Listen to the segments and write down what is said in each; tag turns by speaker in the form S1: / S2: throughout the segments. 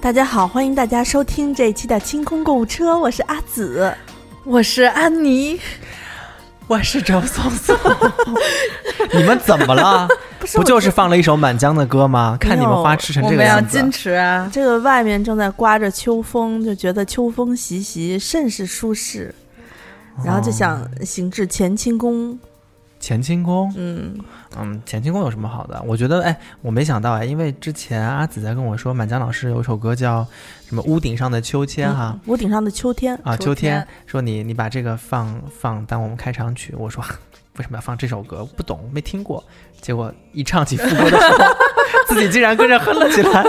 S1: 大家好，欢迎大家收听这一期的清空购物车，我是阿紫，
S2: 我是安妮，
S3: 我是周松松。 你们怎么了？
S1: 不是
S3: 不就是放了一首《满江》的歌吗？看你们花痴成
S2: 我
S3: 这个
S2: 们要
S3: 样子
S2: 矜，持啊！
S1: 这个外面正在刮着秋风，就觉得秋风习习，甚是舒适，然后就想行至乾清宫，
S3: 乾清宫。
S1: 嗯，
S3: 嗯，乾清宫有什么好的？我觉得，哎，我没想到哎，因为之前阿紫在跟我说，满江老师有一首歌叫什么《屋顶上的秋千》哈、
S1: 嗯屋顶上的秋天，
S3: 啊，
S2: 秋
S3: 秋
S2: 天
S3: 天说你你把这个放放当我们开场曲，我说为什么要放这首歌？我不懂，没听过。结果一唱起副歌的时候，自己竟然跟着哼了起来，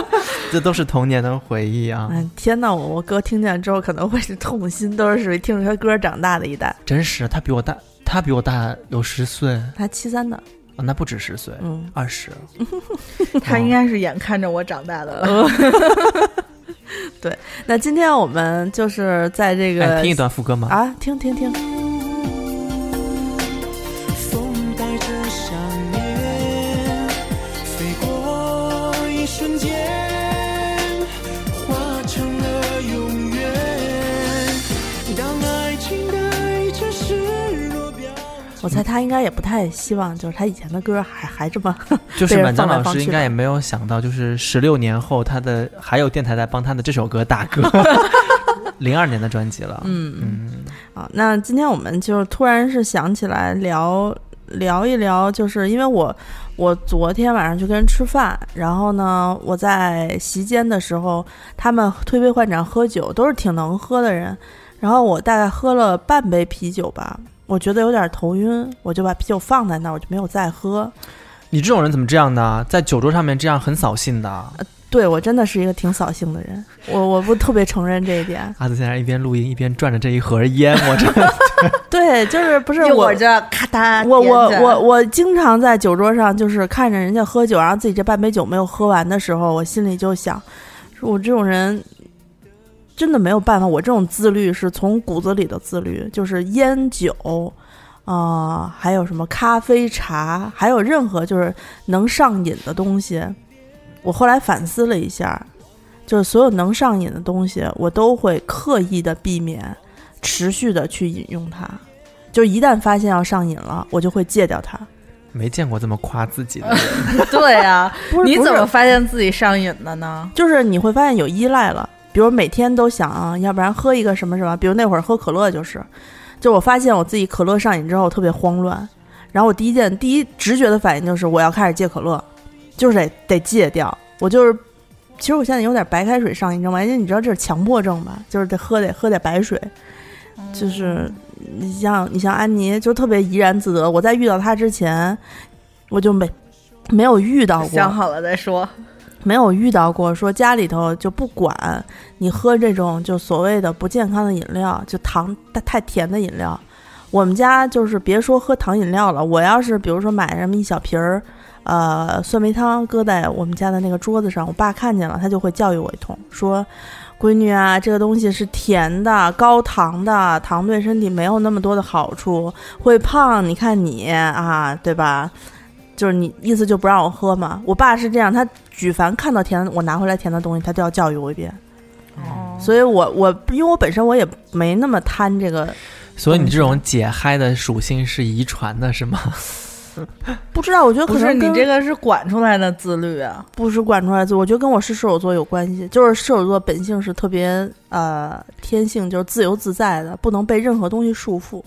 S3: 这都是童年的回忆啊！
S1: 哎，天呐，我我哥听见之后可能会是痛心，都是属于听着他歌长大的一代，
S3: 真是他比我大，他比我大有十岁，啊
S1: 他七三的，
S3: 那不止十岁，
S1: 嗯，
S3: 二十。
S2: 他
S3: 哦
S2: 应该是眼看着我长大
S1: 哦
S2: 的了。
S1: 那今天我们就是在这个、
S3: 哎，听一段副歌吗？
S1: 啊，听听听，
S4: 风带着想念，飞过一瞬间，化成了永远。当爱情带着失落表
S1: 我
S2: 嗯
S1: 猜他应该也不太希望，就是他以前的歌还还这么，
S3: 就
S1: 被
S3: 是
S1: 人
S3: 满江
S1: 放来
S3: 老
S1: 放
S3: 师
S1: 去
S3: 应该也没有想到，就是十六年后，他的还有电台在帮他的这首歌 打歌，零二年的专辑了。
S1: 嗯
S3: 嗯，
S1: 啊，那今天我们就是突然是想起来聊聊一聊，就是因为我我昨天晚上去跟人吃饭，然后呢，我在席间的时候，他们推杯换盏喝酒，都是挺能喝的人，然后我大概喝了半杯啤酒吧。我觉得有点头晕，我就把啤酒放在那儿，我就没有再喝。
S3: 你这种人怎么这样呢？在酒桌上面这样很扫兴的。
S1: 对我真的是一个挺扫兴的人，我我不特别承认这一点。
S3: 阿紫现在一边录音一边转着这一盒烟，我这
S1: 对，就是不是
S2: 一会
S1: 我
S2: 儿就咔嗒，
S1: 我我
S2: 啊点着
S1: 我我经常在酒桌上，就是看着人家喝酒，然后自己这半杯酒没有喝完的时候，我心里就想，说我这种人真的没有办法，我这种自律是从骨子里的自律，就是烟酒。啊、还有什么咖啡、茶，还有任何就是能上瘾的东西，我后来反思了一下，就是所有能上瘾的东西，我都会刻意的避免，持续的去饮用它。就一旦发现要上瘾了，我就会戒掉它。
S3: 没见过这么夸自己的人。
S2: 对啊，
S1: 不
S2: 你怎么
S1: 不是
S2: 发现自己上瘾的呢？
S1: 就是你会发现有依赖了，比如每天都想啊，要不然喝一个什么什么，比如那会儿喝可乐就是，就我发现我自己可乐上瘾之后特别慌乱，然后我第一件第一直觉的反应就是我要开始戒可乐，就是得得戒掉。我就是，其实我现在有点白开水上瘾症吧，因为你知道这是强迫症吧，就是得喝得喝点白水，就是你像你像安妮就特别怡然自得，我在遇到她之前，我就没没有遇到过，
S2: 想好了再说。
S1: 没有遇到过说家里头就不管你喝这种就所谓的不健康的饮料，就糖太太甜的饮料。我们家就是别说喝糖饮料了，我要是比如说买这么一小瓶儿，呃，酸梅汤搁在我们家的那个桌子上，我爸看见了，他就会教育我一通，说：“闺女啊，这个东西是甜的，高糖的，糖对身体没有那么多的好处，会胖。你看你啊，对吧？就是你意思就不让我喝嘛。我爸是这样，他举凡看到甜的，我拿回来甜的东西，他都要教育我一遍。
S2: 哦
S1: 所以我我因为我本身我也没那么贪这个，
S3: 所以你这种解嗨的属性是遗传的，是吗？
S1: 不知道，我觉得
S2: 不
S1: 可
S2: 是
S1: 能
S2: 你
S1: 跟
S2: 这个是管出来的自律啊，
S1: 不是惯出来的，我觉得跟我是射手座有关系。就是射手座本性是特别呃天性就是自由自在的，不能被任何东西束缚。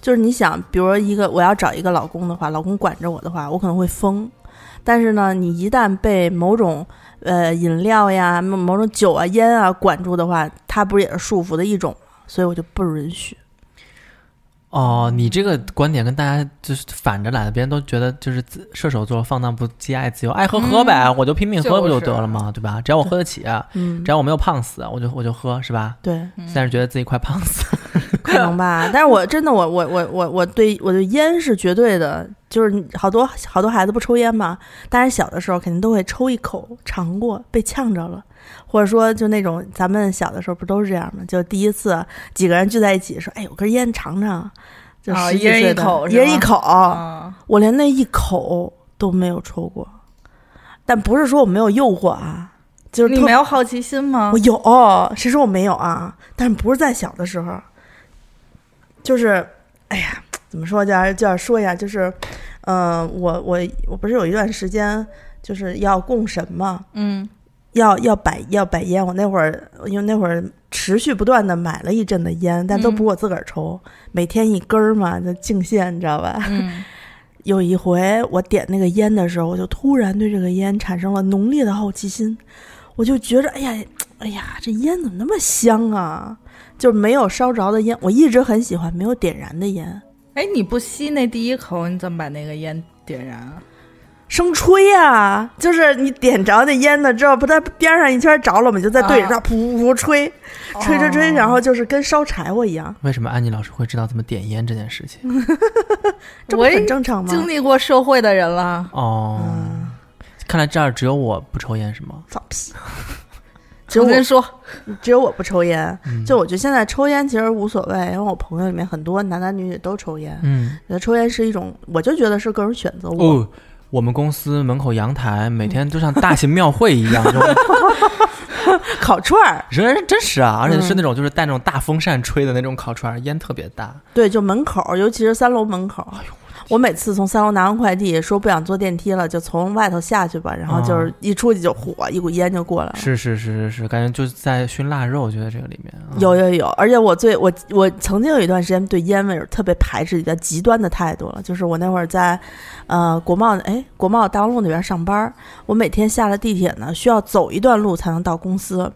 S1: 就是你想，比如说一个我要找一个老公的话，老公管着我的话，我可能会疯。但是呢，你一旦被某种呃饮料呀、某某种酒啊、烟啊管住的话，它不是也是束缚的一种吗？所以我就不允许。
S3: 哦，你这个观点跟大家就是反着来的，别人都觉得就是自射手座放荡不羁、爱自由、爱喝喝呗，我就拼命喝不嗯就得了吗？对吧？只要我喝得起，
S1: 嗯
S3: 只，要我没有胖死，我就我就喝，是吧？
S1: 对，
S3: 现在是觉得自己快胖死了，
S1: 可能 吧，但是我真的我我我我我对我对烟是绝对的，就是好多好多孩子不抽烟嘛，但是小的时候肯定都会抽一口，尝过被呛着了，或者说就那种咱们小的时候不都是这样吗？就第一次几个人聚在一起说，哎，有根烟尝尝，就
S2: 哦
S1: 十几
S2: 一人
S1: 岁
S2: 一
S1: 的
S2: 口
S1: 一
S2: 是
S1: 人
S2: 吗
S1: 一口，
S2: 啊，
S1: 我连那一口都没有抽过，但不是说我没有诱惑啊，就是
S2: 你
S1: 特
S2: 没有好奇心吗
S1: 我？有，谁说我没有啊？但是不是在小的时候，就是，哎呀，怎么说？就要就要说一下，就是，嗯、我我我不是有一段时间就是要供神嘛，
S2: 嗯
S1: 要要摆要摆烟。我那会儿因为那会儿持续不断的买了一阵的烟，但都不是我自个儿抽，每天一根儿嘛，就敬献，你知道吧？
S2: 嗯，
S1: 有一回我点那个烟的时候，我就突然对这个烟产生了浓烈的好奇心，我就觉着，哎呀，哎呀，这烟怎么那么香啊？就是没有烧着的烟，我一直很喜欢没有点燃的烟，
S2: 哎，你不吸那第一口，你怎么把那个烟点燃啊？
S1: 生吹啊，就是你点着那烟了之后，不在边上一圈着了吗？就在对
S2: 啊
S1: 着它噗噗噗吹，吹吹
S2: 哦
S1: 吹，然后就是跟烧柴火一样，
S3: 为什么安妮老师会知道怎么点烟这件事情？
S1: 这不
S2: 我也
S1: 很正常吗？
S2: 经历过社会的人了，
S3: 哦，看来这儿只有我不抽烟是吗？
S1: 放屁！只有
S2: 重
S1: 我
S2: 新说，
S1: 只有我不抽烟，
S3: 嗯
S1: 就我觉得现在抽烟其实无所谓，因为我朋友里面很多男男女女都抽烟，
S3: 嗯
S1: 觉得抽烟是一种，我就觉得是个人选择。我、
S3: 哦，我们公司门口阳台每天都像大型庙会 一样，这种
S1: 烤串儿，
S3: 仍然是真实啊，而且是那种就是带那种大风扇吹的那种烤串儿，烟特别大。
S1: 对，就门口儿，尤其是三楼门口儿。
S3: 哎
S1: 我每次从三楼拿完快递，说不想坐电梯了，就从外头下去吧，然后就是
S3: 啊
S1: 一出去就火，一股烟就过来了。
S3: 是是是是是，感觉就是在熏腊肉，我觉得这个里面啊
S1: 有有有，而且我最我我曾经有一段时间对烟味儿特别排斥，比较极端的态度了。就是我那会儿在，呃，国贸哎国贸大望路那边上班儿，我每天下了地铁呢，需要走一段路才能到公司。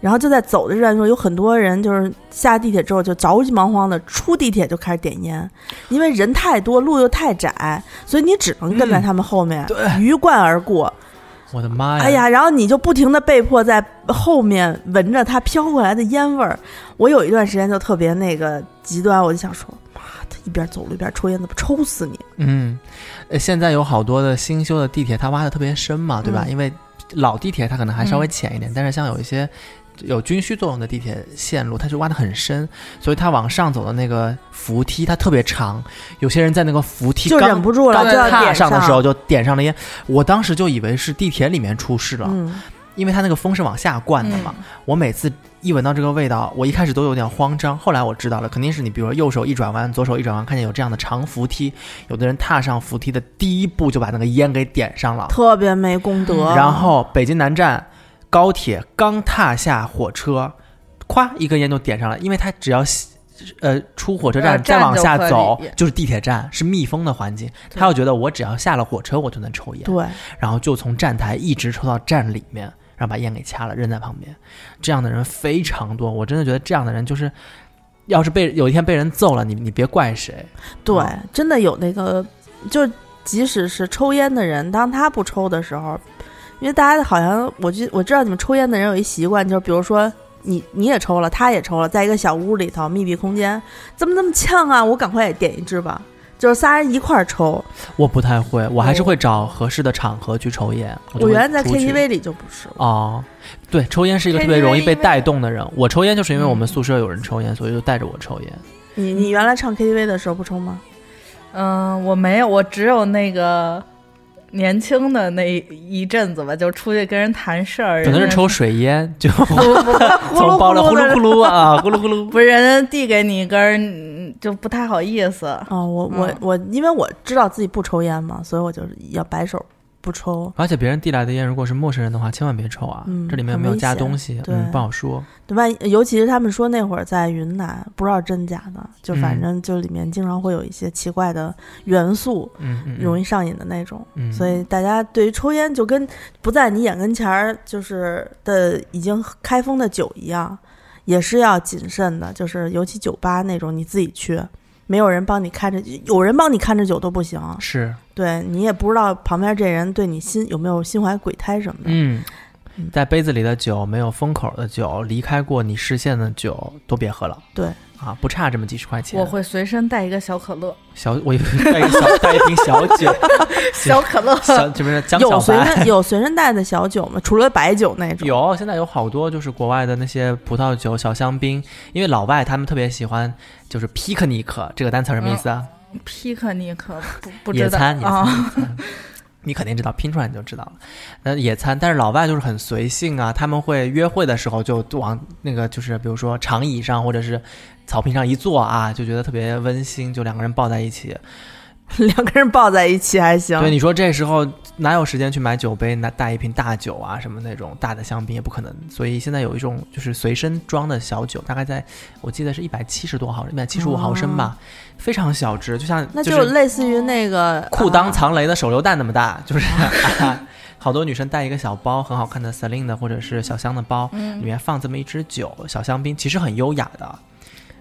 S1: 然后就在走的这段路，有很多人就是下地铁之后就着急忙慌的出地铁就开始点烟，因为人太多，路又太窄，所以你只能跟在他们后面，鱼贯而过。
S3: 我的妈呀！
S1: 哎呀，然后你就不停的被迫在后面闻着它飘过来的烟味儿。我有一段时间就特别那个极端，我就想说，妈的，一边走路一边抽烟，怎么抽死你？
S3: 嗯，呃现在有好多的新修的地铁，它挖的特别深嘛，对吧？
S1: 嗯
S3: 因为老地铁它可能还稍微浅一点，但是像有一些有军需作用的地铁线路，它就挖的很深，所以它往上走的那个扶梯它特别长，有些人在那个扶梯
S1: 就
S3: 刚
S1: 忍不住了，
S3: 刚
S1: 就要
S3: 踏
S1: 点
S3: 上的时候就点上了烟，我当时就以为是地铁里面出事了，
S1: 嗯，
S3: 因为它那个风是往下灌的
S2: 嗯
S3: 嘛。我每次一闻到这个味道，我一开始都有点慌张，后来我知道了，肯定是你，比如说右手一转弯，左手一转弯，看见有这样的长扶梯，有的人踏上扶梯的第一步就把那个烟给点上了。
S1: 特别没功德。
S2: 哦
S3: 然后北京南站高铁刚踏下火车，咵一根烟就点上了，因为它只要吸呃出火车站
S2: 呃
S3: 再
S2: 站
S3: 往下
S2: 就可以
S3: 走就是地铁站，是密封的环境，他又觉得我只要下了火车我就能抽烟。
S1: 对，
S3: 然后就从站台一直抽到站里面，然后把烟给掐了，扔在旁边。这样的人非常多，我真的觉得这样的人就是，要是被有一天被人揍了，你你别怪谁。
S1: 对，
S3: 哦
S1: 真的有那个，就即使是抽烟的人，当他不抽的时候，因为大家好像我就我知道你们抽烟的人有一习惯，就是比如说你你也抽了，他也抽了，在一个小屋里头密闭空间，怎么那么呛啊？我赶快也点一支吧。就是仨人一块儿抽，
S3: 我不太会，我还是会找合适的场合去抽烟。就
S1: 我
S3: 会
S1: 原来在
S3: 出去
S1: KTV 里就不是了。
S3: 哦，对，抽烟是一个特别
S2: KTV
S3: 容易被
S2: 因为
S3: 带动的人。我抽烟就是因为我们宿舍有人抽
S1: 嗯
S3: 烟，所以就带着我抽烟。
S1: 你你原来唱 KTV 的时候不抽吗？
S2: 嗯，我没有，我只有那个年轻的那一阵子吧，就出去跟人谈事儿，
S3: 有的
S2: 人
S3: 是
S2: 家
S3: 抽水烟，就
S1: 噜
S3: 从包里
S1: 呼
S3: 呼
S1: 噜
S3: 噜呼噜啊，呼噜呼噜。
S2: 不是人家递给你一根儿，你就不太好意思。
S1: 哦，我我
S2: 嗯
S1: 我，因为我知道自己不抽烟嘛，所以我就要摆手不抽。
S3: 而且别人递来的烟，如果是陌生人的话，千万别抽啊！
S1: 嗯
S3: 这里面有
S1: 很
S3: 没有
S1: 危
S3: 加
S1: 险
S3: 东西，
S1: 对
S3: 嗯，不好说。
S1: 对吧？呃尤其是他们说那会儿在云南，不知道真假的，
S3: 嗯
S1: 就反正就里面经常会有一些奇怪的元素，
S3: 嗯，嗯
S1: 容易上瘾的那种。
S3: 嗯，
S1: 所以大家对于抽烟就跟不在你眼跟前儿就是的已经开封的酒一样，也是要谨慎的。就是尤其酒吧那种，你自己去，没有人帮你看着，有人帮你看着酒都不行。
S3: 是，
S1: 对你也不知道旁边这人对你心有没有心怀鬼胎什么的。
S3: 嗯
S1: 嗯，
S3: 在杯子里的酒，没有封口的酒，离开过你视线的酒，都别喝了。
S1: 对，
S3: 啊，不差这么几十块钱。
S2: 我会随身带一个小可乐，
S3: 小，我以为带一小带一瓶小 酒，
S2: 小可乐，
S3: 小这不是江
S1: 有
S3: 小
S1: 随
S3: 白。
S1: 身有随身带的小酒吗？除了白酒那种。
S3: 有，现在有好多就是国外的那些葡萄酒、小香槟，因为老外他们特别喜欢，就是 picnic 这个单词儿什么意思啊？
S2: 皮克尼克不不
S3: 野
S2: 知道
S3: 餐，野餐
S2: 啊，
S3: 野餐 你肯定知道，拼出来你就知道了。那野餐，但是老外就是很随性啊，他们会约会的时候就往那个就是比如说长椅上或者是草坪上一坐啊，就觉得特别温馨，就两个人抱在一起。
S1: 两个人抱在一起还行。
S3: 对，你说这时候哪有时间去买酒杯，拿带一瓶大酒啊，什么那种大的香槟也不可能。所以现在有一种就是随身装的小酒，大概在我记得是一百七十多毫升，一百七十五毫升
S2: 哦
S3: 吧，非常小只，就像
S1: 那
S3: 就
S1: 就是类似于那个
S3: 裤裆
S1: 啊
S3: 藏雷的手榴弹那么大，就是、好多女生带一个小包，很好看的 Celine 的或者是小香的包，里面放这么一支酒，小香槟，其实很优雅的。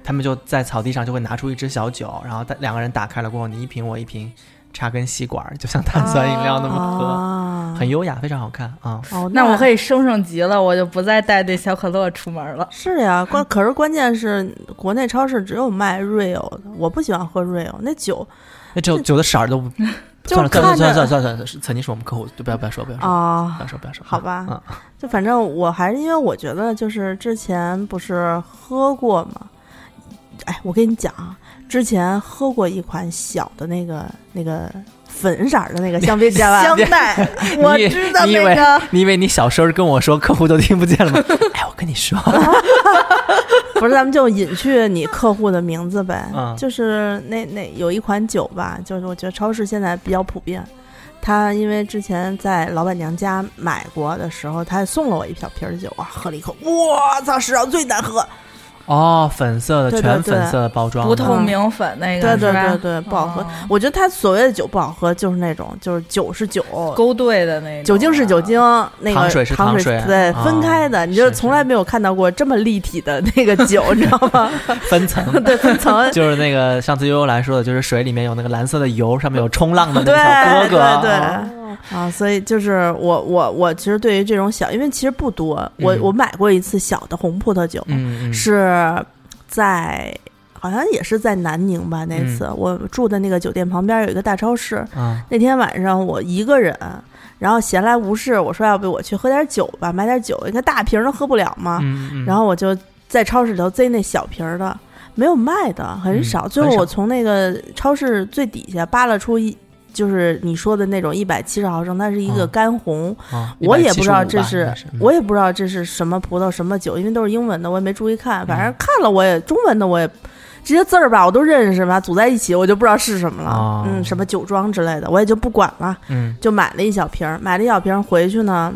S3: 他们就在草地上就会拿出一支小酒，然后两个人打开了过后，你一瓶我一瓶，插根吸管，就像碳酸饮料那么喝，
S1: 啊
S3: 很优雅，非常好看啊、
S1: 哦，
S2: 那我
S1: 会。
S2: 可以升升级了，我就不再带那小可乐出门了。
S1: 是呀，关可是关键是国内超市只有卖 Rio 的，我不喜欢喝 Rio 那酒
S3: 那酒酒的色儿都不
S1: 就
S3: 算了，算
S1: 看
S3: 了，算了，
S1: 着
S3: 算了，算了，算了，曾经是我们客户，就不要不要说，不要说，不
S1: 啊
S3: 要，说，不要说，
S1: 好吧
S3: 嗯，
S1: 就反正我还是因为我觉得就是之前不是喝过嘛，哎，我跟你讲啊，之前喝过一款小的那个那个粉色儿的那 个香槟香
S3: 槟
S1: 奈，我
S3: 你以
S1: 知道
S3: 你以
S1: 那
S3: 为
S1: 个。
S3: 你以为你小声儿跟我说，客户都听不见了吗？哎，我跟你说，
S1: 不是，咱们就隐去你客户的名字呗。
S3: 嗯
S1: 就是那那有一款酒吧，就是我觉得超市现在比较普遍。他因为之前在老板娘家买过的时候，他还送了我一小瓶儿酒啊，喝了一口，我操，史上最难喝！
S3: 哦，粉色的，
S1: 对对
S3: 全
S1: 对
S3: 粉色的包装的，
S2: 不透明粉那
S1: 对
S2: 个，
S1: 对
S2: 是吧
S1: 对对，不好喝
S2: 哦。
S1: 我觉得他所谓的酒不好喝，就是那种就是酒是酒，
S2: 勾兑的那种啊
S1: 酒精是酒精，，那个
S3: 糖水是
S1: 糖
S3: 糖
S1: 水
S3: 水
S1: 对
S3: 啊
S1: 分开的，你就是从来
S3: 是
S1: 没有看到过这么立体的那个酒，你知道吗？
S3: 分层。
S1: 对，分层
S3: 就是那个上次悠悠来说的，就是水里面有那个蓝色的油，上面有冲浪的那
S1: 对
S3: 个小哥哥，
S1: 对对
S3: 哦
S1: 啊，所以就是我我我其实对于这种小，因为其实不多，我、
S3: 嗯
S1: 我买过一次小的红葡萄酒，
S3: 嗯嗯，
S1: 是在好像也是在南宁吧，那
S3: 嗯
S1: 次、我住的那个酒店旁边有一个大超市，
S3: 啊，
S1: 那天晚上我一个人。然后闲来无事，我说要不我去喝点酒吧，买点酒，一个大瓶儿都喝不了嘛。
S3: 嗯嗯，
S1: 啊然后我就在超市里头贼那小瓶儿的，没有卖的，很
S3: 嗯
S1: 少。最后
S3: 很少
S1: 我从那个超市最底下扒拉出一，就是你说的那种一百七十毫升，它是一个
S3: 嗯
S1: 干红，
S3: 啊
S1: 我也不知道这
S3: 175吧应
S1: 是
S3: 该是，嗯
S1: 我也不知道这是什么葡萄什么酒，因为都是英文的，我也没注意
S3: 嗯
S1: 看，反正看了我也中文的我也。这些字儿吧，我都认识吧，组在一起我就不知道是什么了。
S3: 哦
S1: 嗯，什么酒庄之类的，我也就不管了。
S3: 嗯
S1: 就买了一小瓶儿，买了一小瓶儿回去呢，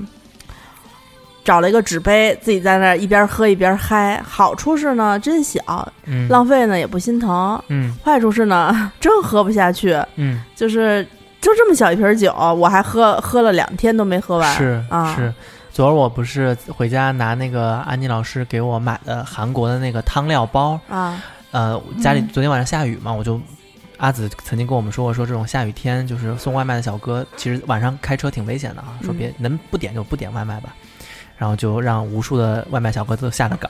S1: 找了一个纸杯，自己在那儿一边喝一边嗨。好处是呢，真小，
S3: 嗯
S1: 浪费呢也不心疼；
S3: 嗯
S1: 坏处是呢， 真喝不下去，
S3: 嗯
S1: 就是就这么小一瓶儿酒，我还喝喝了两天都没喝完。
S3: 是
S1: 啊
S3: 是。昨儿我不是回家拿那个安妮老师给我买的韩国的那个汤料包，
S1: 啊，
S3: 呃，家里昨天晚上下雨嘛，我就阿紫曾经跟我们说过，说这种下雨天就是送外卖的小哥，其实晚上开车挺危险的啊，说别、能不点就不点外卖吧，然后就让无数的外卖小哥都下了岗。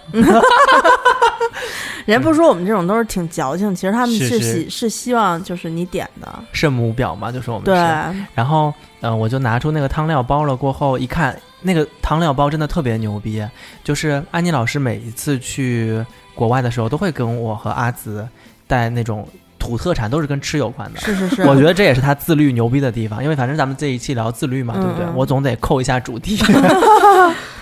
S1: 人家不是说我们这种都是挺矫情，其实他们
S3: 是
S1: 是
S3: 是
S1: 希是希望就是你点的，
S3: 圣母婊嘛，就说我们
S1: 对，
S3: 是。然后，呃，我就拿出那个汤料包了，过后一看，那个汤料包真的特别牛逼。就是安妮老师每一次去国外的时候，都会跟我和阿紫带那种土特产，都是跟吃有关的。
S1: 是是是，
S3: 我觉得这也是他自律牛逼的地方，因为反正咱们这一期聊自律嘛，对不对？
S1: 嗯嗯
S3: 我总得扣一下主 题。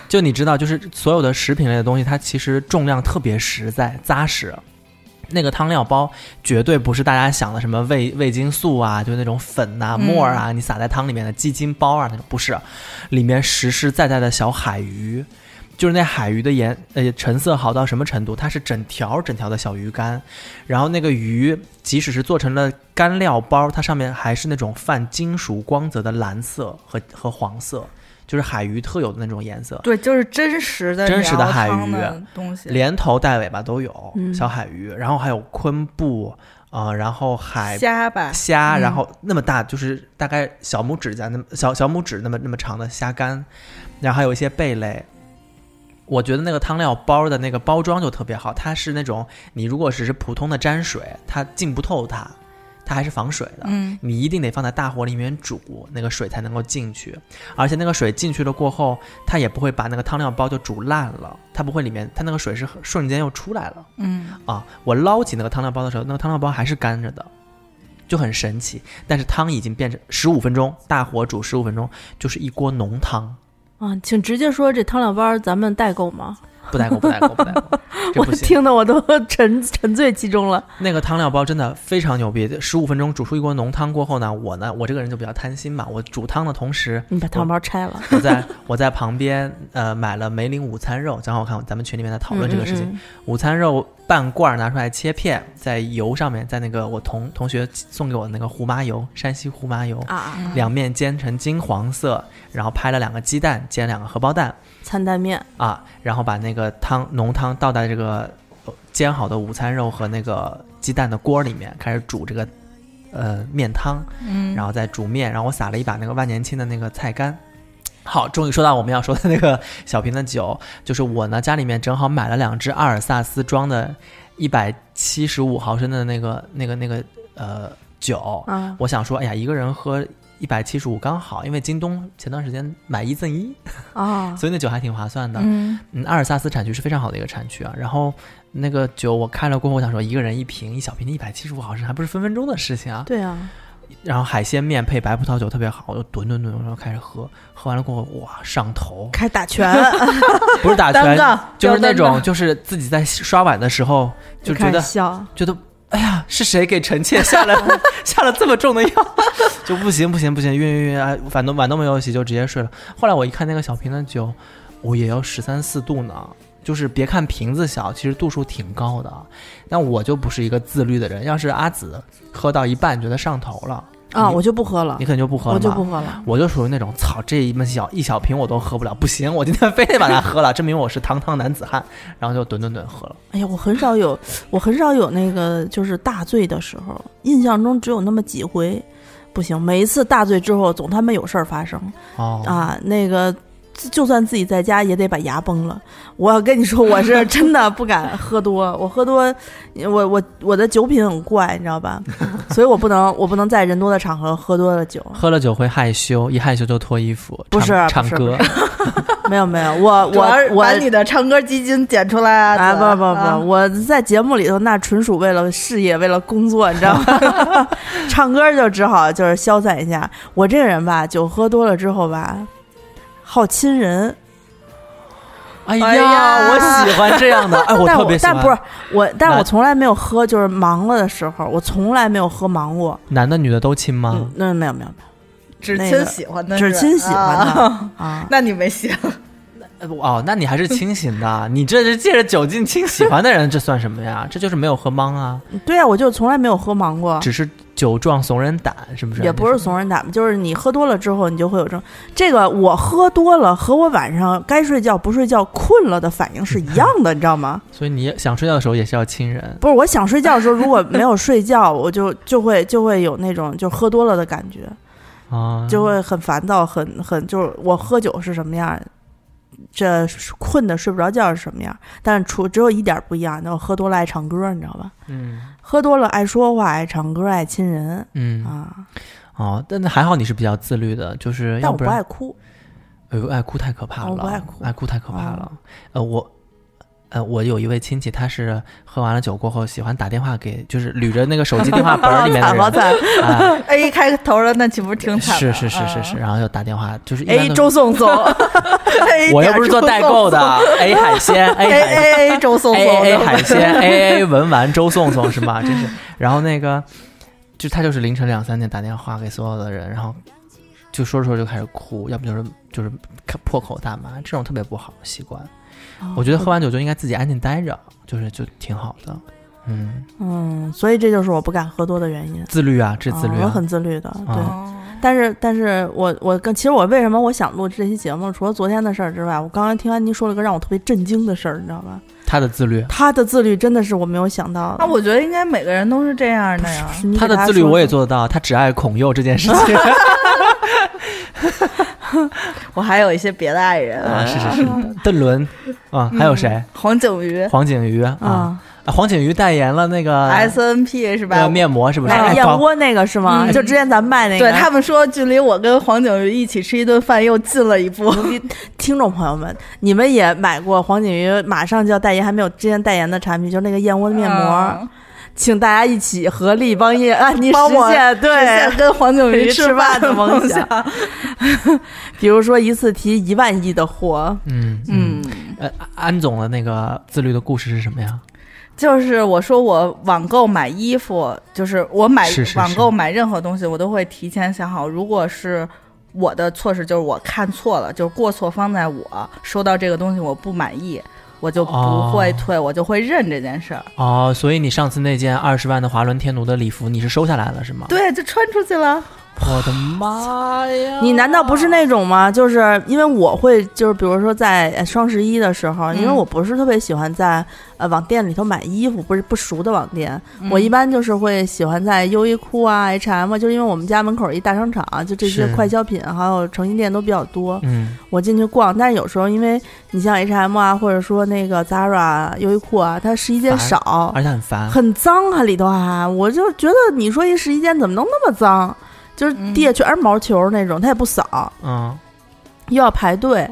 S3: 就你知道，就是所有的食品类的东西，它其实重量特别实在、扎实。那个汤料包绝对不是大家想的什么味味精素啊，就那种粉呐、
S2: 嗯
S3: 沫儿啊，你撒在汤里面的鸡精包啊那种，不是，里面实实在在的小海鱼，就是那海鱼的颜呃成色好到什么程度？它是整条整条的小鱼干，然后那个鱼即使是做成了干料包，它上面还是那种泛金属光泽的蓝色和和黄色，就是海鱼特有的那种颜色，
S2: 对，就是真实的
S3: 真实的
S2: 辽
S3: 海
S2: 汤
S3: 鱼啊
S2: 的东西，
S3: 连头带尾巴都有
S1: 嗯
S3: 小海鱼，然后还有昆布啊、呃然后海
S2: 虾吧，
S3: 虾，
S2: 嗯
S3: 然后那么大，就是大概小拇指甲那么小小拇指那么那么长的虾干，然后还有一些贝类。我觉得那个汤料包的那个包装就特别好，它是那种你如果只是普通的沾水，它浸不透它，它还是防水的。
S2: 嗯，
S3: 你一定得放在大火里面煮，那个水才能够进去，而且那个水进去了过后，它也不会把那个汤料包就煮烂了，它不会里面它那个水是很瞬间又出来了
S2: 嗯，
S3: 啊。我捞起那个汤料包的时候，那个汤料包还是干着的，就很神奇。但是汤已经变成十五分钟，大火煮十五分钟，就是一锅浓汤，
S1: 啊，请直接说这汤料包咱们代购吗？
S3: 不带过，不带过，不带 过，这
S1: 我
S3: 不行。
S1: 听得我都 沉沉醉其中了。
S3: 那个汤料包真的非常牛逼，十五分钟煮出一锅浓汤过后呢，我呢，我这个人就比较贪心嘛，我煮汤的同时，
S1: 你把汤包拆了，
S3: 我在我在旁边呃买了梅林午餐肉，正好我看咱们群里面在讨论这个事情，
S1: 嗯嗯嗯
S3: 午餐肉半罐儿拿出来切片，在油上面，在那个我同同学送给我的那个胡麻油，山西胡麻油，
S1: 啊，
S3: 两面煎成金黄色，然后拍了两个鸡蛋，煎两个荷包蛋
S1: 餐蛋面
S3: 啊，然后把那个汤浓汤倒在这个呃煎好的午餐肉和那个鸡蛋的锅里面，开始煮这个呃面汤，
S2: 嗯，
S3: 然后再煮面，然后我撒了一把那个万年青的那个菜干。好，终于说到我们要说的那个 小瓶的酒，就是我呢家里面正好买了两只阿尔萨斯装的，一百七十五毫升的那个那个那个呃酒，
S1: 啊，
S3: 我想说，哎呀，一个人喝一百七十五刚好，因为京东前段时间买一赠一，
S1: 啊，
S3: 所以那酒还挺划算的。
S2: 嗯
S3: 嗯，阿尔萨斯产区是非常好的一个产区啊。然后那个酒我开了过后，我想说一个人一瓶，一小瓶的一百七十五毫升，还不是分分钟的事情啊。
S1: 对啊，
S3: 然后海鲜面配白葡萄酒特别好，我就吨吨吨，然后开始喝，喝完了过后，哇，上 头
S1: ，开始打拳，
S3: 不是打
S2: 单
S3: 拳，
S2: 杠
S3: 就是那
S2: 吊单
S3: 种
S2: 杠
S3: 就是自己在刷碗的时候就觉
S1: 开
S3: 得
S1: 始笑，
S3: 觉得，哎呀，是谁给臣妾下了 下了这么重的药？ 就不行不行不行，晕晕晕啊！反正碗都没有洗就直接睡了。后来我一看那个小瓶的酒，我也要十三四度呢。就是别看瓶子小，其实度数挺高的。但我就不是一个自律的人，要是阿紫喝到一半觉得上头了
S1: 啊，
S3: 你
S1: 我就不喝了
S3: 你，可能就不喝了
S1: 我
S3: 嘛。
S1: 就不喝了。
S3: 我就属于那种操，这一么小一小瓶我都喝不了，不行，我今天非得把它喝了，证明我是堂堂男子汉。然后就吨吨吨喝了。
S1: 哎呀，我很少有，我很少有那个就是大醉的时候，印象中只有那么几回。不行，每一次大醉之后，总他妈有事儿发生
S3: 哦，
S1: 啊。那个，就算自己在家，也得把牙崩了。我跟你说，我是真的不敢喝多，我喝多，我我我的酒品很怪，你知道吧？所以我不能，我不能在人多的场合喝多了酒。
S3: 喝了酒会害羞，一害羞就脱衣服，
S1: 不是啊
S3: 唱
S1: 不是
S3: 唱歌。
S1: 没有没有，我
S2: 主要是
S1: 我我
S2: 把你的唱歌基金剪出来啊！
S1: 啊，
S2: 子
S1: 不不不，
S2: 啊
S1: 我在节目里头那纯属为了事业，为了工作，你知道 吗？唱歌就只好就是消散一下。我这个人吧，酒喝多了之后吧，好亲人，
S3: 哎
S2: 哎呀
S3: 我喜欢这样的，哎，我
S1: 但
S3: 特
S1: 我
S3: 别喜欢。
S1: 但不是我，但
S3: 那
S1: 我从来没有喝，就是忙了的时候，我从来没有喝忙过。
S3: 男的女的都亲吗
S1: 嗯？，那没有没有没
S2: 只
S1: 那个
S2: 亲喜欢的是吧，
S1: 只亲喜欢的
S2: 啊
S1: 有啊，
S2: 那你没戏了。
S3: 呃
S1: 嗯
S3: 哦，那你还是清醒 的，你这是借着酒劲亲喜欢的人，这算什么呀？这就是没有喝懵啊，
S1: 对啊，我就从来没有喝忙过。
S3: 只是酒壮怂人胆，是不是？
S1: 啊也不是怂人胆，就是你喝多了之后，你就会有这种。这个我喝多了和我晚上该睡觉不睡觉、困了的反应是一样的，你知道吗？
S3: 所以你想睡觉的时候也是要亲人。
S1: 不是，我想睡觉的时候，如果没有睡觉，我就就会就会有那种就喝多了的感觉，
S3: 啊，
S1: 就会很烦躁，很很就是我喝酒是什么样，这困的睡不着觉是什么样，但是除只有一点不一样，那我喝多了爱唱歌，你知道吧？
S3: 嗯
S1: 喝多了爱说话，爱唱歌，爱亲人
S3: 嗯
S1: 啊，
S3: 哦，但那还好你是比较自律的，就是
S1: 但
S3: 要
S1: 我不
S3: 然
S1: 爱哭，
S3: 哎呦，爱哭太可怕了！哎
S1: 哦不爱哭
S3: 啊太可怕了。呃，我，呃，我有一位亲戚，他是喝完了酒过后，喜欢打电话给，就是捋着那个手机电话本儿里面 的
S1: 好
S3: 人，
S1: 惨
S3: 啊，
S2: A 开头的那岂不是挺惨
S3: 是
S2: 的？啊
S3: 是是是是，然后就打电话，就是一
S1: 哎
S3: 般
S2: ，A
S3: 都
S2: 周颂颂，A
S3: 我又不是做代购的，A 海鲜，A
S2: 点
S3: 海
S2: 儿周颂颂，A A A 周颂
S3: A
S2: 颂
S3: A
S2: 对
S3: A
S2: 吧
S3: 海鲜，A A 文玩周颂颂是吗？真是。然后那个，就他就是凌晨两三点打电话给所有的人，然后就说着说着就开始哭，要不就是就是破口大骂，这种特别不好的习惯。
S1: 嗯
S3: 我觉得喝完酒就应该自己安静待着，就是就挺好的。嗯，
S1: 嗯，所以这就是我不敢喝多的原因。
S3: 自律啊，这自律、
S1: 啊我
S3: 啊
S1: 很自律的，对。
S2: 哦
S1: 但是，但是我我跟其实我为什么我想录这期节目，除了昨天的事儿之外，我刚才听安妮说了个让我特别震惊的事儿，你知道吧？
S3: 他的自律，
S1: 她的自律真的是我没有想到的。
S2: 那我觉得应该每个人都是这样的呀。
S1: 你给
S3: 他的
S1: 大家
S3: 自律
S1: 说
S3: 我也
S1: 说，
S3: 做得到，他只爱孔佑这件事 情
S2: 我还有一些别的爱人嗯
S3: 啊，是是是，
S1: 嗯
S3: 邓伦啊，还有谁？
S2: 黄景瑜
S3: 黄景瑜啊
S1: 啊，
S3: 啊黄景瑜代言了 那个
S2: ，S N P 是
S3: 那
S2: 吧
S3: 个？面膜，是不是？
S1: 哎，
S3: 哎
S1: 燕
S3: 搞
S1: 窝那个是吗？
S2: 嗯
S1: 就之前咱们卖那个，
S2: 对他们说，距离我跟黄景瑜一起吃一顿饭又近了一步。
S1: 听众朋友们，你们也买过黄景瑜马上就要代言还没有之前代言的产品，就是那个燕窝面膜，
S2: 啊
S1: 请大家一起合力帮叶安妮
S2: 帮我
S1: 啊实现
S2: 实
S1: 对
S2: 现跟黄景瑜
S1: 吃
S2: 吃
S1: 饭
S2: 饭
S1: 的
S2: 的
S1: 梦
S2: 梦
S1: 想。嗯比如说一次提一万亿的货，
S3: 嗯嗯，
S2: 嗯，
S3: 呃，安总的那个自律的故事是什么呀？
S2: 就是我说我网购买衣服，就是我买
S3: 是是是
S2: 网购买任何东西，我都会提前想好，如果是。我的措施就是我看错了，就是过错方在我。收到这个东西我不满意，我就不会
S3: 哦
S2: 退，我就会认这件事儿。
S3: 哦，所以你上次那件二十万的华伦天奴的礼服，你是收下来了是吗？，
S2: 对，就穿出去了。
S3: 我的妈呀！
S1: 你难道不是那种吗？就是因为我会，就是比如说在呃双十一的时候，因为
S2: 嗯
S1: 我不是特别喜欢在呃网店里头买衣服，不是不熟的网店，我一
S2: 般
S1: 般就是会喜欢在优衣库啊、H&M，就是因为我们家门口一大商场，啊就这些
S3: 是
S1: 快消品还有成衣店都比较多，
S3: 嗯
S1: 我进去逛。但是有时候因为你像 H&M 啊，或者说那个 Zara、啊、优衣库啊，它试衣间
S3: 反而
S1: 少，
S3: 而且很烦，
S1: 很脏啊，里头啊，我就觉得你说一试衣间怎么能那么脏？就是地下全是毛球那种，它也不扫，
S3: 嗯，
S1: 又要排队，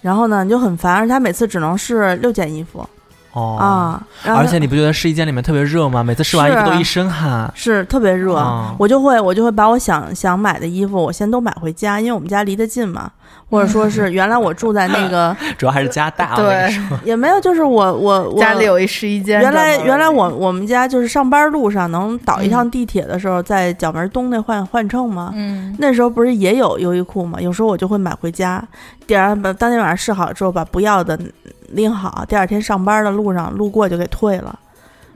S1: 然后呢你就很烦，而且它每次只能试六件衣服、
S3: 哦。
S1: 啊，然后
S3: 而且你不觉得试衣间里面特别热吗？每次试完衣
S1: 是
S3: 服都一身汗。
S1: 是特别热，
S3: 哦
S1: 我就会我就会把我想想买的衣服，我先都买回家，因为我们家离得近嘛，或者说 是原来我住在那个
S3: 主要还是家大、啊。那个时候，
S2: 对，
S1: 也没有，就是我我我
S2: 家里有一试衣间
S1: 原
S2: 专门儿
S1: 来
S2: 的。
S1: 原来我我们家就是上班路上能倒一
S3: 嗯
S1: 趟地铁的时候，在角门东那换换乘嘛，
S2: 嗯
S1: 那时候不是也有优衣库吗？有时候我就会买回家，第二把当天晚上试好之后，把不要的拎好，第二天上班的路上路过就给退了。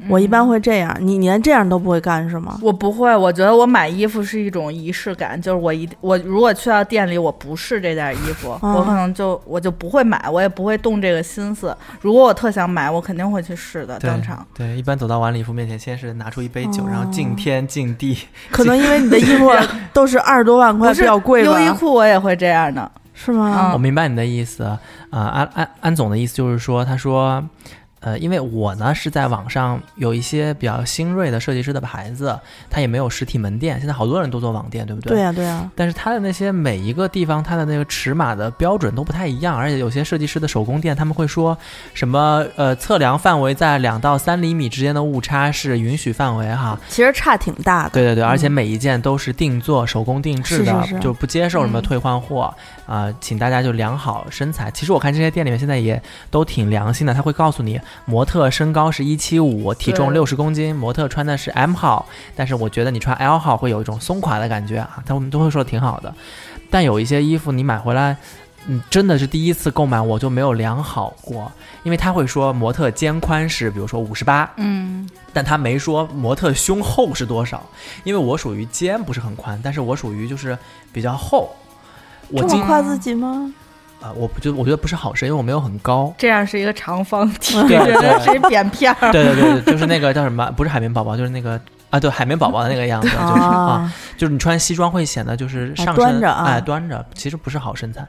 S1: 我一般会这样，你你连这样都不会干是吗？
S2: 我不会，我觉得我买衣服是一种仪式感，就是我一我如果去到店里，我不试这件衣服，
S1: 嗯
S2: 我可能就我就不会买，我也不会动这个心思。如果我特想买，我肯定会去试的，
S3: 对
S2: 当场。
S3: 对，一般走到晚礼服面前，先是拿出一杯酒，
S1: 哦
S3: 然后敬天敬地。
S1: 可能因为你的衣 服都是二十多万块，
S2: 不
S1: 比
S2: 是
S1: 较贵吧
S2: 优？衣库我也会这样的，
S1: 是吗？
S2: 嗯
S3: 我明白你的意思啊、呃安安安总的意思就是说，他说，呃，因为我呢是在网上有一些比较新锐的设计师的牌子，他也没有实体门店，现在好多人都做网店，对不对？
S1: 对呀、对呀、
S3: 但是它的那些每一个地方，它的那个尺码的标准都不太一样，而且有些设计师的手工店他们会说什么呃测量范围在两到三厘米之间的误差是允许范围哈。
S1: 其实差挺大的。
S3: 对对对，而且每一件都是定做、手工定制的，
S1: 嗯是是是
S3: 就不接受什么
S2: 嗯
S3: 退换货啊、呃请大家就量好身材。其实我看这些店里面现在也都挺良心的，他会告诉你模特身高是一七五，体重
S2: 对
S3: 六十公斤，模特穿的是 M 号，但是我觉得你穿 L 号会有一种松垮的感觉啊，他们都会说的挺好的。但有一些衣服你买回来，嗯，真的是第一次购买我就没有量好过，因为他会说模特肩宽是比如说五十八，
S2: 嗯，。
S3: 但他没说模特胸厚是多少，因为我属于肩不是很宽，但是我属于就是比较厚。我
S1: 这
S3: 今
S1: 么夸自己吗？
S3: 呃，我不觉得我觉得不是好事，因为我没有很 高
S2: 这样是一个长方体，
S1: 嗯
S3: 对
S2: 觉得
S3: 对
S2: 是一扁片儿。
S3: 对对对，对就是那个叫什么，不是海绵宝宝，就是那个啊，对海绵宝宝的那个样子，就是啊，
S1: 啊，
S3: 就是你穿西装会显得就是上身
S1: 端着啊
S3: 哎端着，其实不是好身材。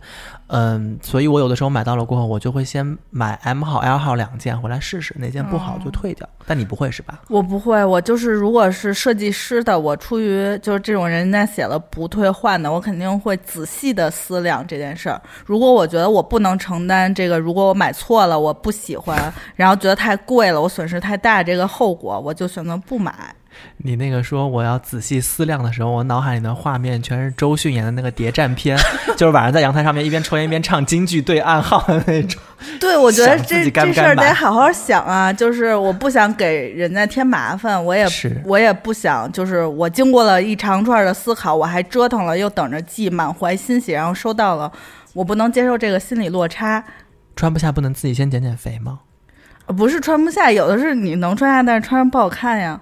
S3: 嗯，所以我有的时候买到了过后，我就会先买 M 号、L 号两件回来试试，哪件不
S1: 哦
S3: 好就退掉。但你不会是吧？
S2: 我不会，我就是如果是设计师的，我出于就是这种人家写了不退换的，我肯定会仔细的思量这件事儿。如果我觉得我不能承担这个，如果我买错了，我不喜欢，然后觉得太贵了，我损失太大这个后果，我就选择不买。
S3: 你那个说我要仔细思量的时候，我脑海里的画面全是周迅演的那个谍战片，就是晚上在阳台上面一边抽烟一边唱京剧对暗号的那种。
S2: 对，我觉得
S3: 想自
S2: 这
S3: 己该不
S2: 这
S3: 该
S2: 事儿得
S3: 买
S2: 好好想啊，就是我不想给人家添麻烦，我也
S3: 是
S2: 我也不想，就是我经过了一长串的思考，我还折腾了，又等着寄，满怀欣喜，然后收到了，我不能接受这个心理落差。
S3: 穿不下不能自己先减减肥吗？
S2: 呃不是穿不下，有的是你能穿下，但是穿上不好看呀。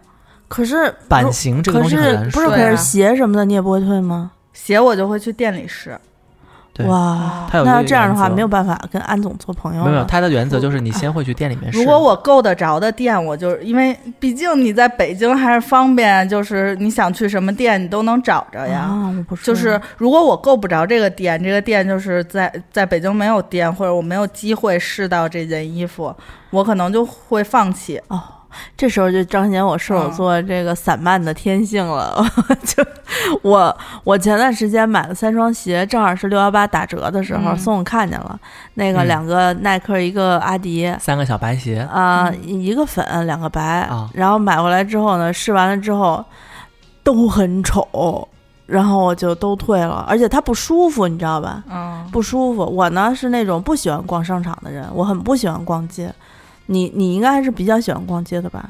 S1: 可是
S3: 版型这个
S1: 可
S3: 东西
S1: 是
S3: 很难
S1: 不
S3: 说
S1: 是，可
S2: 说
S1: 是
S2: 呀
S1: 鞋什么的你也不会退吗？
S2: 鞋我就会去店里试，
S3: 对
S1: 哇，
S3: 它有一个
S1: 那要这样的话，
S3: 原则
S1: 没有办法跟安总做朋友
S3: 没有没有，
S1: 了。
S3: 他的原则就是你先会去店里面试。
S2: 如果我够得着的店，我就是因为毕竟你在北京还是方便，就是你想去什么店你都能找着呀。
S1: 啊，我不是，
S2: 就是如果我够不着这个店，这个店就是在在北京没有店，或者我没有机会试到这件衣服，我可能就会放弃。
S1: 哦，这时候就彰显我射手座这个散漫的天性了。 就我我前段时间买了三双鞋，正好是六幺八打折的时候，
S2: 嗯
S1: 宋总看见了，那个
S3: 嗯
S1: 两个耐克，一个阿迪。
S3: 三个小白鞋，
S1: 啊、
S2: 嗯
S1: 一个粉，两个白，
S3: 啊
S1: 然后买回来之后呢，试完了之后都很丑，然后我就都退了，而且它不舒服，你知道吧？
S2: 嗯，
S1: 不舒服。我呢是那种不喜欢逛商场的人，我很不喜欢逛街。你你应该还是比较喜欢逛街的吧？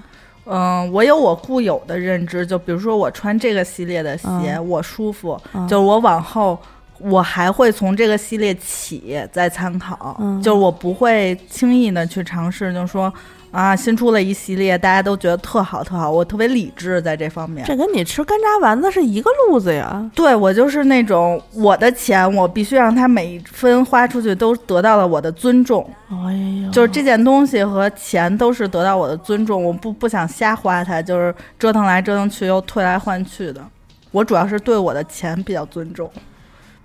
S2: 嗯，我有我固有的认知，就比如说我穿这个系列的鞋，
S1: 嗯
S2: 我舒服，
S1: 嗯
S2: 就是我往后我还会从这个系列起再参考，
S1: 嗯
S2: 就是我不会轻易的去尝试，就说啊新出了一系列，大家都觉得特好特好，我特别理智在这方面。
S1: 这跟你吃干炸丸子是一个路子呀。
S2: 对我就是那种我的钱，我必须让它每一分花出去都得到了我的尊重，
S1: 哎呦，
S2: 就是这件东西和钱都是得到我的尊重，我不不想瞎花它，就是折腾来折腾去又退来换去的。我主要是对我的钱比较尊重，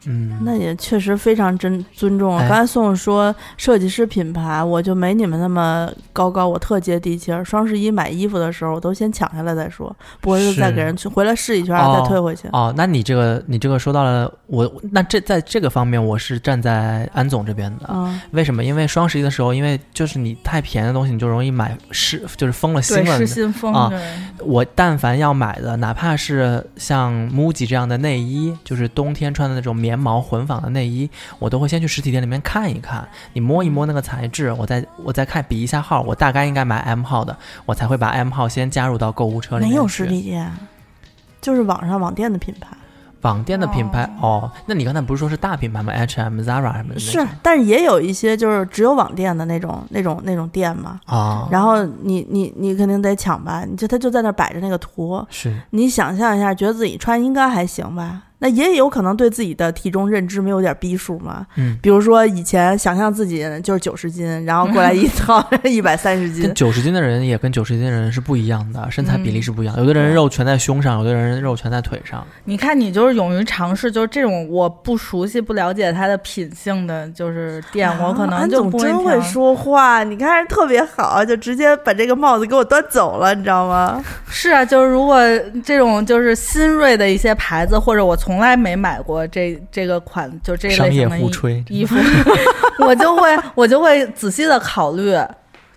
S3: 嗯，
S1: 那也确实非常真尊重了。啊
S3: 哎
S1: 刚才宋说设计师品牌，我就没你们那么高高，我特接地气儿。双十一买衣服的时候，我都先抢下来再说，不会是
S3: 是
S1: 再给人去回来试一圈、
S3: 哦
S1: 再退回去。
S3: 哦，那你这个你这个说到了我，那这在这个方面我是站在安总这边的，
S1: 嗯，
S3: 为什么？因为双十一的时候，因为就是你太便宜的东西，你就容易买失，就是疯了心
S2: 对
S3: 了
S2: 失。心疯。
S3: 啊
S2: 对
S3: 我但凡要买的，哪怕是像 MUJI 这样的内衣，就是冬天穿的那种棉毛混纺的内衣，我都会先去实体店里面看一看，你摸一摸那个材质，我再我再看比一下号，我大概应该买 M 号的，我才会把 M 号先加入到购物车里面
S1: 没
S3: 去。
S1: 有实体店，就是网上网店的品牌
S3: 网店的品牌哦那你刚才不是说是大品牌吗？H&M、Zara 什么的那种
S1: 是，但是也有一些就是只有网店的那种、那种、那种店嘛。
S3: 啊，
S1: 然后你你你肯定得抢吧？你就他就在那儿摆着那个图，
S3: 是
S1: 你想象一下，觉得自己穿应该还行吧？那也有可能对自己的体重认知没有点逼数嘛？
S3: 嗯，
S1: 比如说以前想象自己就是九十斤，然后过来一套 一百三十斤
S3: 跟，九十斤的人也跟九十斤的人是不一样的，身材比例是不一样。有的人肉全在胸上，有的人肉全在腿上。
S2: 你看，你就是勇于尝试，就是这种我不熟悉、不了解它的品性的，就是店，我可
S1: 啊
S2: 能
S1: 安
S2: 就
S1: 总
S2: 不会
S1: 真会
S2: 挑
S1: 说话，你看人特别好，就直接把这个帽子给我端走了，你知道吗？
S2: 是啊，就是如果这种就是新锐的一些牌子，或者我从来没买过这这个款，就这类
S3: 商业
S2: 型的
S3: 互
S2: 衣
S3: 吹
S2: 衣服， 我就会我就会仔细的考虑。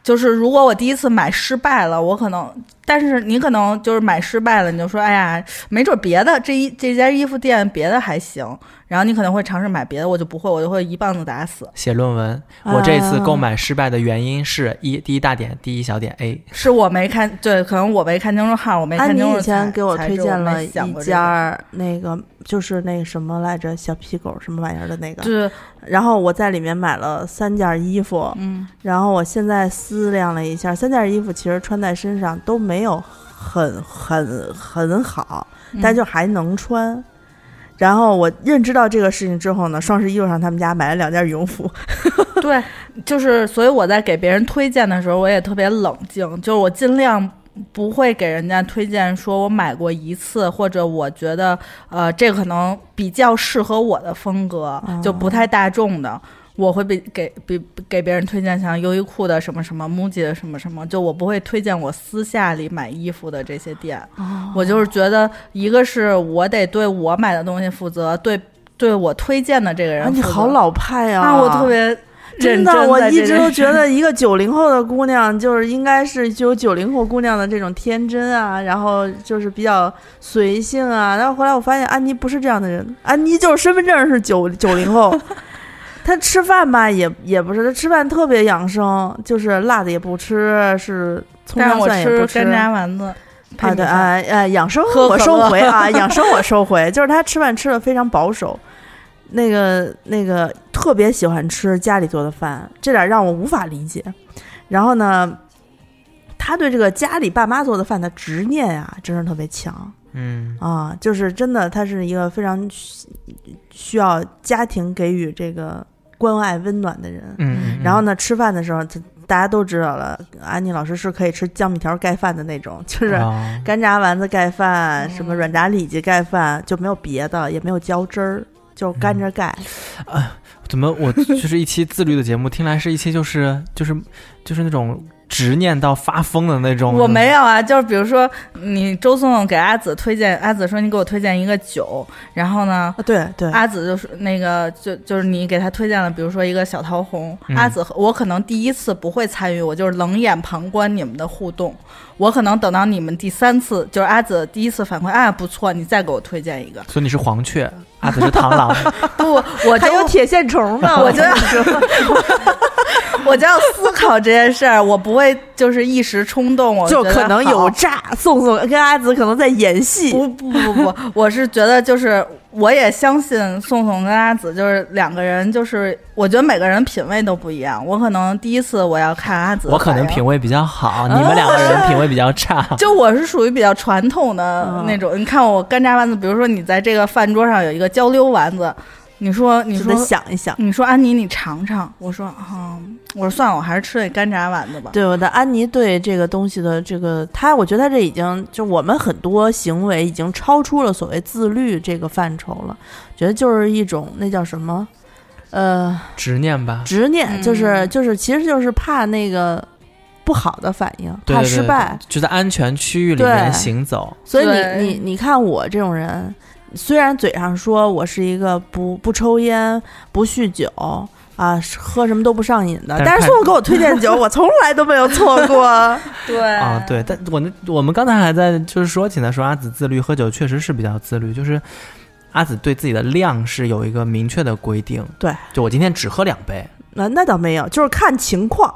S2: 就是如果我第一次买失败了，我可能，但是你可能就是买失败了，你就说，哎呀，没准别的这一这家衣服店别的还行，然后你可能会尝试买别的，我就不会，我就会一棒子打死，
S3: 写论文，
S1: 啊
S3: 我这次购买失败的原因是一第一大点，第一小点 A
S2: 是我没看，对，可能我没看清楚号，我没
S1: 安
S2: 看
S1: 妮
S2: 清楚材。
S1: 以前给我
S2: 材
S1: 推
S2: 质
S1: 荐
S2: 没
S1: 了一
S2: 想过这
S1: 家
S2: 个
S1: 儿那个就是那什么来着，小屁狗什么玩意儿的那个，
S2: 对，
S1: 然后我在里面买了三件衣服，
S2: 嗯，
S1: 然后我现在思量了一下，三件衣服其实穿在身上都没有很很很好，但就还能穿。然后我认知到这个事情之后呢，双十一又上他们家买了两件羽绒服。
S2: 对，就是所以我在给别人推荐的时候，我也特别冷静，就是我尽量不会给人家推荐说我买过一次，或者我觉得呃这可能比较适合我的风格，
S1: 哦
S2: 就不太大众的。我会比给比给别人推荐像优衣库的什么什么、MUJI 的什么什么，就我不会推荐我私下里买衣服的这些店。
S1: 哦
S2: 我就是觉得，一个是我得对我买的东西负责，对对我推荐哎的这个人
S1: 啊，
S2: 负责。
S1: 你好老派啊！
S2: 啊，我特别
S1: 真
S2: 认在
S1: 的，我
S2: 这
S1: 一直
S2: 件
S1: 都
S2: 事
S1: 觉 得一个九零后的姑娘，就是应该是具有九零后姑娘的这种天真啊，然后就是比较随性啊。然后后来我发现安妮不是这样的人，安妮就是身份证是九九零 后。她吃饭吧，也也不是，她吃饭特别养生，就是辣的也不吃，是葱
S2: 但是
S1: 姜
S2: 我
S1: 蒜也不吃。
S2: 干炸丸子配
S1: 啊，
S2: 米
S1: 对，
S2: 饭。
S1: 啊，呃，养生
S2: 喝
S1: 我
S2: 可
S1: 收
S2: 乐
S1: 回 啊，养生我收回，就是他吃饭吃的非常保守，那个那个特别喜欢吃家里做的饭，这点让我无法理解。然后呢，他对这个家里爸妈做的饭的执念呀、真是特别强
S3: 嗯。
S1: 啊，就是真的，他是一个非常需需要家庭给予这个关爱温暖的人。
S3: 嗯，嗯
S1: 然后呢，吃饭的时候，他大家都知道了，安妮老师是可以吃江米条盖饭的那种，就是。
S3: 哦
S1: 干炸丸子盖饭，什么软炸里脊盖饭，就没有别的，也没有浇汁儿，就干
S3: 嗯
S1: 着盖。
S3: 怎么我就是一期自律的节目，听来是一期就是就是就是那种执念到发疯的那种。
S2: 我没有啊，就是比如说你周颂给阿紫推荐，阿紫说你给我推荐一个酒，然后呢，
S1: 啊，对对，
S2: 阿紫就是那个就就是你给他推荐了，比如说一个小桃红，
S3: 嗯
S2: 阿紫和我可能第一次不会参与，我就是冷眼旁观你们的互动，我可能等到你们第三次，就是阿紫第一次反馈，啊不错，你再给我推荐一个，
S3: 所以你是黄雀，阿紫是螳 螂，
S2: 不，我
S1: 还
S2: 就
S1: 有铁线虫呢，
S2: 我
S1: 我
S2: 就要 我就要思考这件事儿，我不会就是一时冲动，我
S1: 就
S2: 觉得
S1: 可能有
S2: 好
S1: 诈。宋宋跟阿紫可能在演戏，
S3: 哦
S2: 不不不不，我是觉得就是，我也相信宋宋跟阿紫，就是两个人，就是我觉得每个人品味都不一样。我可能第一次我要看阿紫，
S3: 我可能品。味比较
S1: 哎
S3: 好，你们两个人品味比较差。
S2: 就我是属于比较传统的
S1: 嗯
S2: 那种，你看我干炸丸子，比如说你在这个饭桌上有一个焦溜丸子，你说你
S1: 就
S2: 说
S1: 得想一想。
S2: 你说安妮你尝尝，我说啊、我说算了，我还是吃那干炸丸子吧。
S1: 对，我的安妮对这个东西的这个，她我觉得她这已经就我们很多行为已经超出了所谓自律这个范畴了，觉得就是一种那叫什么，呃，
S3: 执念吧，
S1: 执念，就是
S2: 嗯
S1: 就是其实就是怕那个不好的反应，
S3: 对
S1: 怕
S3: 对
S1: 失
S3: 对
S1: 败，
S3: 就在安全区域里面
S1: 对
S3: 行走。
S1: 所以
S2: 对
S1: 你你你看我这种人，虽然嘴上说我是一个不不抽烟、不酗酒啊，喝什么都不上瘾的，
S3: 但是
S1: 但是
S3: 看
S1: 说我给我推荐酒，我从来都没有错过。
S2: 对
S1: 嗯
S3: 啊，对，但我那我们刚才还在就是说起呢，说阿紫自律喝酒确实是比较自律，就是阿紫对自己的量是有一个明确的规定。
S1: 对，
S3: 就我今天只喝两杯。
S1: 那那倒没有，就是看情况。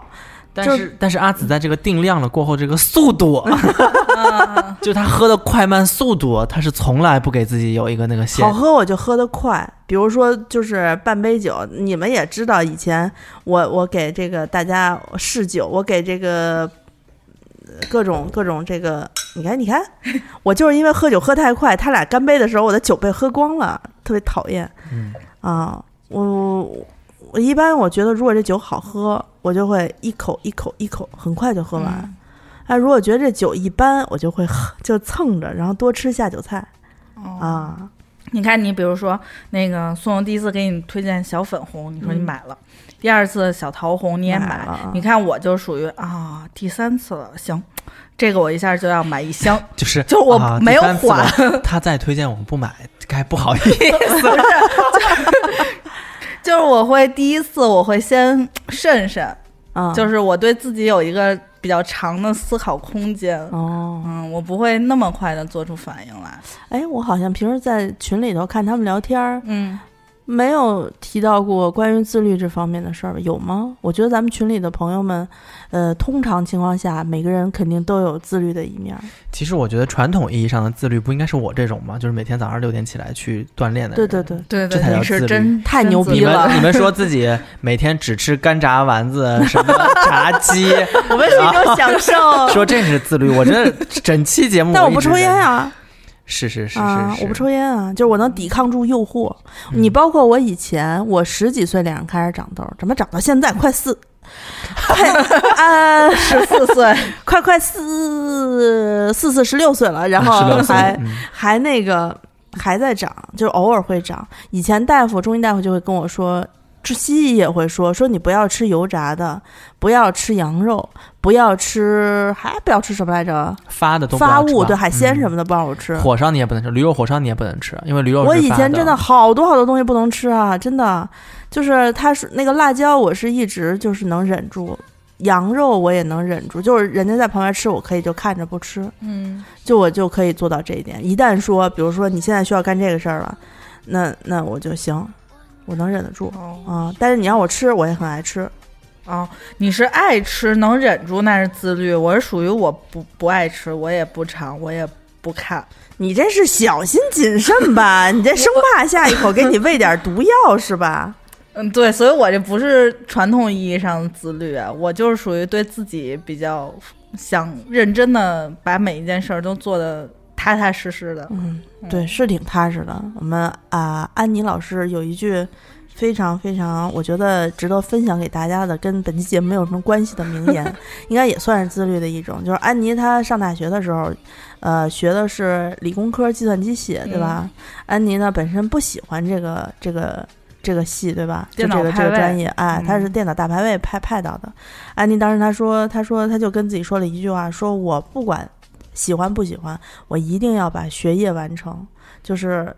S3: 但
S1: 就是
S3: 但是阿紫在这个定量了过后，这个速度，啊
S2: 嗯
S3: 就她喝的快慢速度，啊她是从来不给自己有一个那个限
S1: 好。喝我就喝得快，比如说就是半杯酒，你们也知道，以前我我给这个大家试酒，我给这个呃各种各种这个，你看你看， 我就是因为喝酒喝太快，他俩干杯的时候，我的酒被喝光了，特别讨厌。
S3: 嗯
S1: 啊，我我一般我觉得如果这酒好喝，我就会一口一口一口很快就喝完。
S2: 嗯
S1: 哎，如果觉得这酒一般，我就会喝就蹭着，然后多吃下酒菜啊。
S2: 你看，你比如说那个宋总第一次给你推荐小粉红，你说你买了；第二次小桃红你嗯也买，嗯
S1: 买了
S2: 你看我就属于啊，第三次了，行，这个我一下就要买一箱，
S3: 就是
S2: 就我
S3: 啊
S2: 没有
S3: 第三次
S2: 缓
S3: 我她再推荐我不买，该不好意思。
S2: 就是我会第一次我会先慎慎，
S1: 啊，
S2: 就是我对自己有一个比较长的思考空间。
S1: 哦，
S2: 嗯，我不会那么快的做出反应来。
S1: 哎，我好像平时在群里头看他们聊天儿，
S2: 嗯，
S1: 没有提到过关于自律这方面的事儿吧？有吗？我觉得咱们群里的朋友们，呃，通常情况下，每个人肯定都有自律的一面儿。
S3: 其实我觉得传统意义上的自律不应该是我这种嘛，就是每天早上六点起来去锻炼的人。
S1: 对对对，
S2: 对
S3: 这才
S2: 对，
S3: 叫
S2: 你
S3: 自
S2: 是
S3: 律
S2: 真
S1: 太
S2: 真
S1: 牛
S2: 自
S1: 逼
S2: 律
S3: 你
S1: 了
S3: 们你们说自己每天只吃干炸 丸子、什么炸鸡，，
S1: 我们是一种享受
S3: 说这是自律，我真的整期节目
S1: 但我
S3: 一
S1: 不
S3: 直
S1: 抽
S3: 在
S1: 烟。啊。
S3: 是是是是
S1: 啊，
S3: 是，嗯
S1: 我不抽烟啊，就是我能抵抗住诱惑。你包括我以前，我十几岁脸上开始长痘，怎么长到现在快四， 快啊，
S2: 十四岁，
S1: 快快四四四十六岁了，然后
S3: 16岁
S1: 还
S3: 嗯
S1: 还那个还在长，就偶尔会长。以前大夫中医大夫就会跟我说，吃西医也会说，说你不要吃油炸的，不要吃羊肉，不要吃还不要吃什么来着？
S3: 发的都不
S1: 发
S3: 让吃
S1: 物
S3: 吧
S1: 对海鲜什么
S3: 嗯
S1: 的不让我吃。
S3: 火烧你也不能吃，驴肉火烧你也不能吃，因为驴肉
S1: 我
S3: 是
S1: 以
S3: 发
S1: 前
S3: 的
S1: 真的好多好多东西不能吃啊，真的，就是它是那个辣椒，我是一直就是能忍住，羊肉我也能忍住，就是人家在旁边吃，我可以就看着不吃，
S2: 嗯，
S1: 就我就可以做到这一点。一旦说，比如说你现在需要干这个事儿了，那那我就行，我能忍得住
S2: 哦
S1: 啊、但是你让我吃，我也很爱吃，
S2: 哦，你是爱吃能忍住，那是自律。我是属于我不不爱吃，我也不尝，我也不看。
S1: 你这是小心谨慎吧？你这生怕下一口给你喂点毒药是吧？
S2: 嗯，对，所以我这不是传统意义上的自律啊，我就是属于对自己比较想认真的把每一件事儿都做的踏踏实实的。
S1: 嗯，对，是挺踏实的。我们啊、安妮老师有一句非常非常，我觉得值得分享给大家的，跟本期节目没有什么关系的名 言，应该也算是自律的一种。就是安妮她上大学的时候，呃，学的
S2: 嗯
S1: 是理工科计算机系，对吧？安妮呢本身不喜欢这个这个这个戏对吧？就
S2: 电脑
S1: 这个这
S2: 派
S1: 个
S2: 位
S1: 专业，哎，他是
S2: 嗯
S1: 电脑大排位派派到的。安妮当时她说，她说她就跟自己说了一句话，说我不管喜欢不喜欢，我一定要把学业完成，就是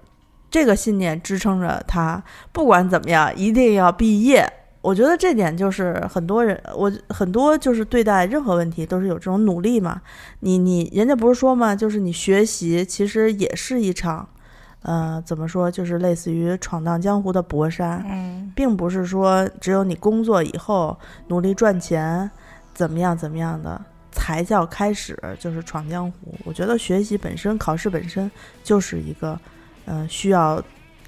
S1: 这个信念支撑着她，不管怎么样，一定要毕业。我觉得这点就是很多人，我很多就是对待任何问题都是有这种努力嘛。你你人家不是说嘛，就是你学习其实也是一场，呃，怎么说，就是类似于闯荡江湖的搏杀。
S2: 嗯，
S1: 并不是说只有你工作以后努力赚钱，怎么样怎么样的才叫开始就是闯江湖。我觉得学习本身、考试本身就是一个，嗯、需要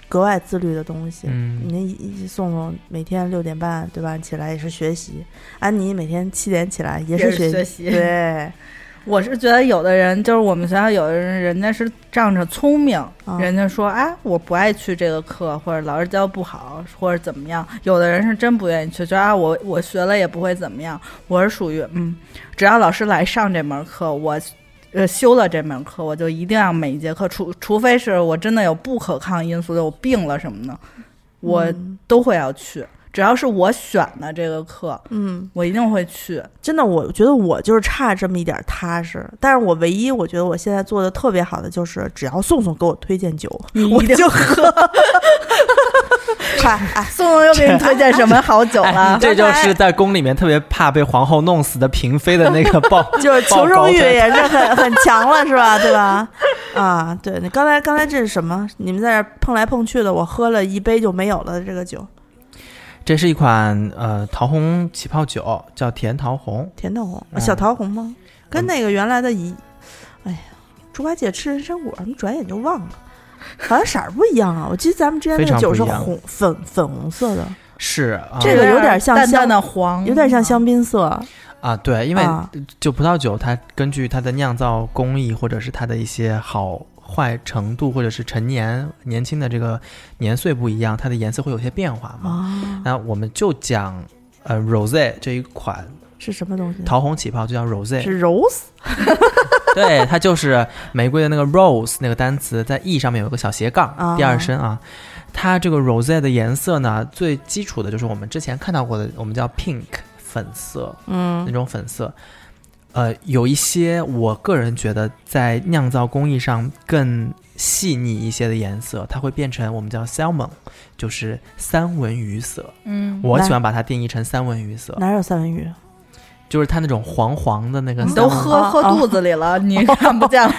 S1: 格外自律的东西。
S3: 嗯，
S1: 你一宋宋每天六点半对吧起来也是学习，安妮每天七点起来也
S2: 也
S1: 是
S2: 是
S1: 学习，
S2: 学习
S1: 对，
S2: 我是觉得有的人就是我们学校有的人，人家是仗着聪明，
S1: 嗯
S2: 人家说哎我不爱去这个课，或者老师教不好，或者怎么样。有的人是真不愿意去，就啊我我学了也不会怎么样。我是属于嗯，只要老师来上这门课，我。呃，修了这门课，我就一定要每一节课，除除非是我真的有不可抗因素，有病了什么的，我
S1: 嗯
S2: 都会要去。只要是我选的这个课，
S1: 嗯
S2: 我一定会去。
S1: 真的，我觉得我就是差这么一点踏实，但是我唯一我觉得我现在做的特别好的就是，只要宋宋给我推 荐酒，
S2: 你一
S1: 我
S2: 定
S1: 就喝。快，哎，
S2: 宋总又给你推荐什么好
S1: 啊
S2: 酒 了？
S3: 哎这就是在宫里面特别怕被皇后弄死的嫔妃的那个报，
S1: 就是呃求生欲
S3: 报告
S1: 也是 很很强了，是吧？对吧？啊，对，你刚才刚才这是什么？你们在这碰来碰去的，我喝了一杯就没有了这个酒，
S3: 这是一款呃桃红起泡酒，叫甜桃红。
S1: 甜桃红，
S3: 嗯
S1: 小桃红吗？跟那个原来的一，哎呀，猪八戒吃人参果，怎么转眼就忘了？好像色儿不一样啊！我记得咱们之前那
S3: 非
S1: 个
S3: 常
S1: 酒
S3: 不一
S1: 是
S3: 样
S1: 红粉粉红色的，
S3: 是啊、
S1: 这个有点像
S2: 淡
S1: 香
S2: 淡的黄，
S1: 有点像香槟色，
S3: 啊，对，嗯因为
S1: 啊
S3: 就葡萄酒，它根据它的酿造工艺，或者是它的一些好坏程度，或者是陈年年轻的这个年岁不一样，它的颜色会有些变化嘛。
S1: 啊，
S3: 那我们就讲呃 rosé 这一款
S1: 是什么东西？
S3: 桃红起泡，就叫 rosé，
S1: 是 rose
S3: 对，它就是玫瑰的那个 rose 那个单词，在 e 上面有个小斜杠，
S1: 啊
S3: 第二声啊。它这个 rosé 的颜色呢，最基础的就是我们之前看到过的，我们叫 pink 粉色，那
S1: 嗯
S3: 种粉色。呃，有一些我个人觉得在酿造工艺上更细腻一些的颜色，它会变成我们叫 salmon，就是三文鱼色。
S2: 嗯，
S3: 我
S1: 来
S3: 喜欢把它定义成三文鱼色，
S1: 哪有三文鱼？
S3: 就是它那种黄黄的那个
S2: 你
S3: 三文。
S2: 嗯都喝
S1: 啊
S2: 喝
S1: 啊
S2: 肚子里了， 你看不见了。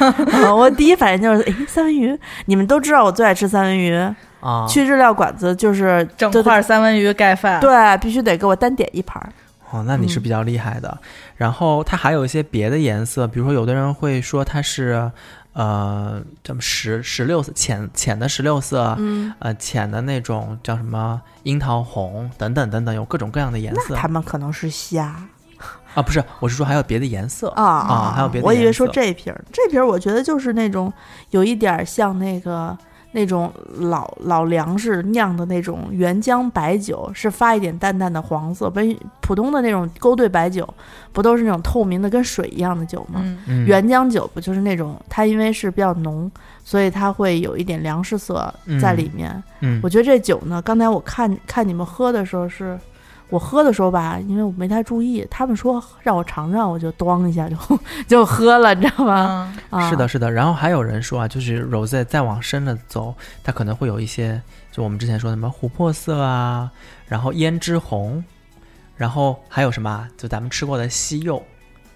S1: 啊我第一反应就是，哎，三文鱼！你们都知道我最爱吃三文鱼，
S3: 啊，
S1: 去日料馆子就是
S2: 整
S1: 对
S2: 块三文鱼盖饭，，
S1: 对，必须得给我单点一盘儿。
S3: 哦，那你是
S1: 嗯
S3: 比较厉害的。然后它还有一些别的颜色，比如说有的人会说它是呃，什么石石榴色浅浅的石榴色，
S1: 嗯，
S3: 呃，浅的那种叫什么樱桃红等等等等，有各种各样的颜色
S1: 那他们可能是虾
S3: 啊，不是，我是说还有别的颜色
S1: 啊
S3: 啊还有别的
S1: 我以为
S3: 颜
S1: 说
S3: 色
S1: 这瓶儿，这瓶儿我觉得就是那种有一点儿像那个。那种老老粮食酿的那种原浆白酒，是发一点淡淡的黄色。不是，普通的那种勾兑白酒，不都是那种透明的跟水一样的酒吗？
S2: 嗯，
S3: 嗯，
S1: 原浆酒不就是那种，它因为是比较浓，所以它会有一点粮食色在里面。
S3: 嗯
S1: 我觉得这酒呢，刚才我看看你们喝的时候是，我喝的时候吧，因为我没太注意，他们说让我尝尝，我就咣一下就 就喝了，你知道吗？
S2: 嗯
S1: 啊，
S3: 是的，，是的。然后还有人说啊，就是 rose 再往深了走，它可能会有一些，就我们之前说的什么琥珀色啊，然后胭脂红，然后还有什么啊，就咱们吃过的西柚，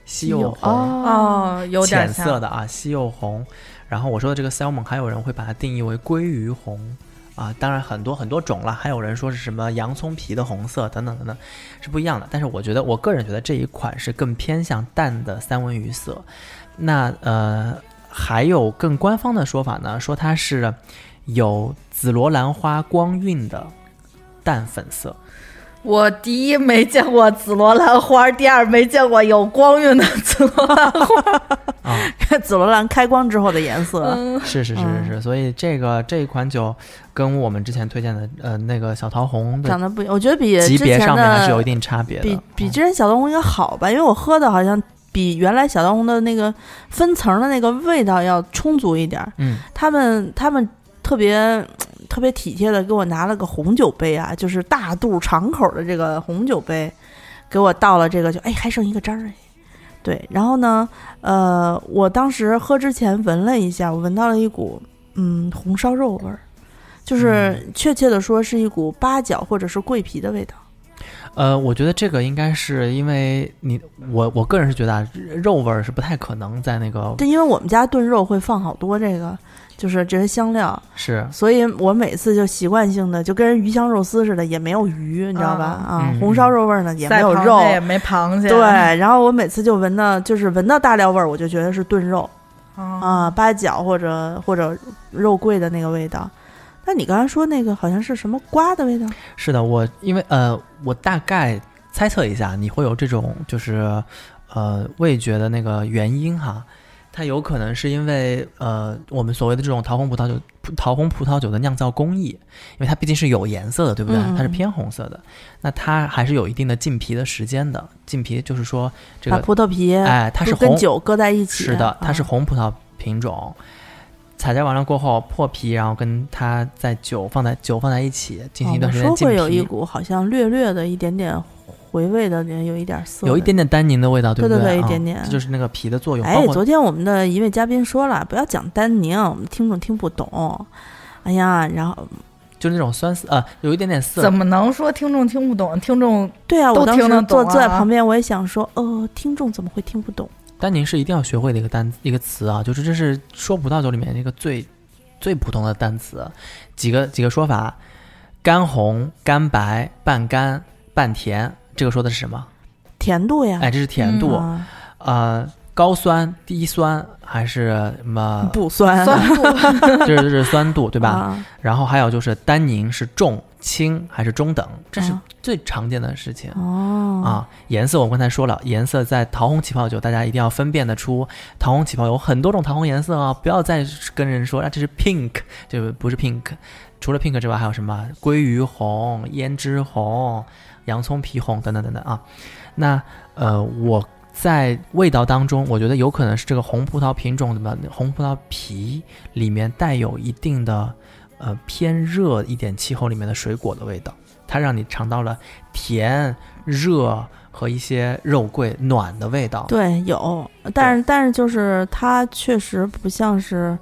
S3: 西柚红。
S1: 哦，
S2: 哦，有点
S3: 浅
S2: 像
S3: 色的啊，西柚红。然后我说的这个 salmon，还有人会把它定义为鲑鱼红啊，当然很多很多种了，还有人说是什么洋葱皮的红色等等等等，是不一样的。但是我觉得，我个人觉得这一款是更偏向淡的三文鱼色。那呃，还有更官方的说法呢，说它是有紫罗兰花光晕的淡粉 色。
S2: 我第一没见过紫罗兰花，第二没见过有光晕的紫罗兰花。
S1: 紫罗兰开光之后的颜色，
S2: 嗯
S3: 是是是是是，所以这个这一款酒跟我们之前推荐的呃那个小桃红的
S1: 长得不一，我觉得比
S3: 级
S1: 之
S3: 别
S1: 前
S3: 上面还是有
S1: 的
S3: 一定差别的。
S1: 比比
S3: 嗯
S1: 之前小灯红应该好吧，因为我喝的好像比原来小灯红的那个分层的那个味道要充足一点儿。
S3: 嗯，
S1: 他们他们特别特别体贴的给我拿了个红酒杯啊，就是大肚长口的这个红酒杯，给我倒了这个酒，哎，还剩一个渣儿哎。对，然后呢，呃，我当时喝之前闻了一下，我闻到了一股嗯红烧肉味儿，就是确切的说是一股八角或者是桂皮的味道。
S3: 呃，我觉得这个应该是因为你我我个人是觉得啊，肉味儿是不太可能在那个
S1: 对，因为我们家炖肉会放好多这个，就是这些香料，
S3: 是
S1: 所以我每次就习惯性的就跟鱼香肉丝似的，也没有鱼，你知道吧？啊，
S3: 嗯
S1: 红烧肉味儿呢 也没有
S2: 塞螃蟹
S1: 肉，
S2: 也没螃蟹，
S1: 对。然后我每次就闻到，就是闻到大料味儿，我就觉得是炖肉
S3: 嗯
S2: 啊，
S1: 啊，八角或者或者肉桂的那个味道。那你刚才说那个好像是什么瓜的味道？
S3: 是的，我因为呃，我大概猜测一下，你会有这种就是呃味觉的那个原因哈，它有可能是因为呃我们所谓的这种桃红葡萄酒葡桃红葡萄酒的酿造工艺，因为它毕竟是有颜色的，对不对？
S1: 嗯嗯
S3: 它是偏红色的，那它还是有一定的浸皮的时间的。浸皮就是说这
S1: 把
S3: 个
S1: 葡萄皮
S3: 哎，它是
S1: 就嗯跟
S3: 红
S1: 酒搁在一起。
S3: 是的，它是
S1: 啊
S3: 红葡萄品种，采摘完了过后破皮，然后跟它在酒放在酒放在一起进行一段时间
S1: 哦我
S3: 浸
S1: 说会有
S3: 皮。
S1: 一股好像略略的一点点回味的，有一点涩的，
S3: 有一点点单宁的味道，不
S1: 对
S3: 对
S1: 对对
S3: 啊
S1: 一点点
S3: 这就是那个皮的作用。
S1: 哎
S3: 包，括
S1: 昨天我们的一位嘉宾说了，不要讲丹宁，我们听众听不懂。哎呀，然后
S3: 就是那种酸涩，呃，有一点点涩
S2: 怎。么能说听众听不懂？听众
S1: 对啊，
S2: 都
S1: 我当时
S2: 听得懂
S1: 坐
S2: 啊
S1: 坐在旁边，我也想说，呃，听众怎么会听不懂？
S3: 单宁是一定要学会的一个单一个词啊，就是这是说葡萄酒里面一个最最普通的单词，几个几个说法：干红、干白、半干、半甜。这个说的是什么？
S1: 嗯甜度呀，
S3: 哎，这是甜度。
S1: 啊
S3: 呃，高酸、低酸还是 什么？
S1: 不酸，
S2: 酸度
S3: 这是这是酸度，对吧？
S1: 啊
S3: 然后还有就是单宁是重、轻还是中等，这是
S1: 啊
S3: 最常见的事情。
S1: 哦，
S3: 啊，颜色我刚才说了，颜色在桃红起泡酒，大家一定要分辨得出。桃红起泡有很多种桃红颜色啊，不要再跟人说啊，这是 pink，就不是 pink。除了 pink 之外，还有什么鲑鱼红、胭脂红、洋葱皮红等等等等啊。那呃，我在味道当中，我觉得有可能是这个红葡萄品种的吧，红葡萄皮里面带有一定的呃偏热一点气候里面的水果的味道，它让你尝到了甜、热和一些肉桂暖的味道。
S1: 对，有，但是但是就是它确实不像是，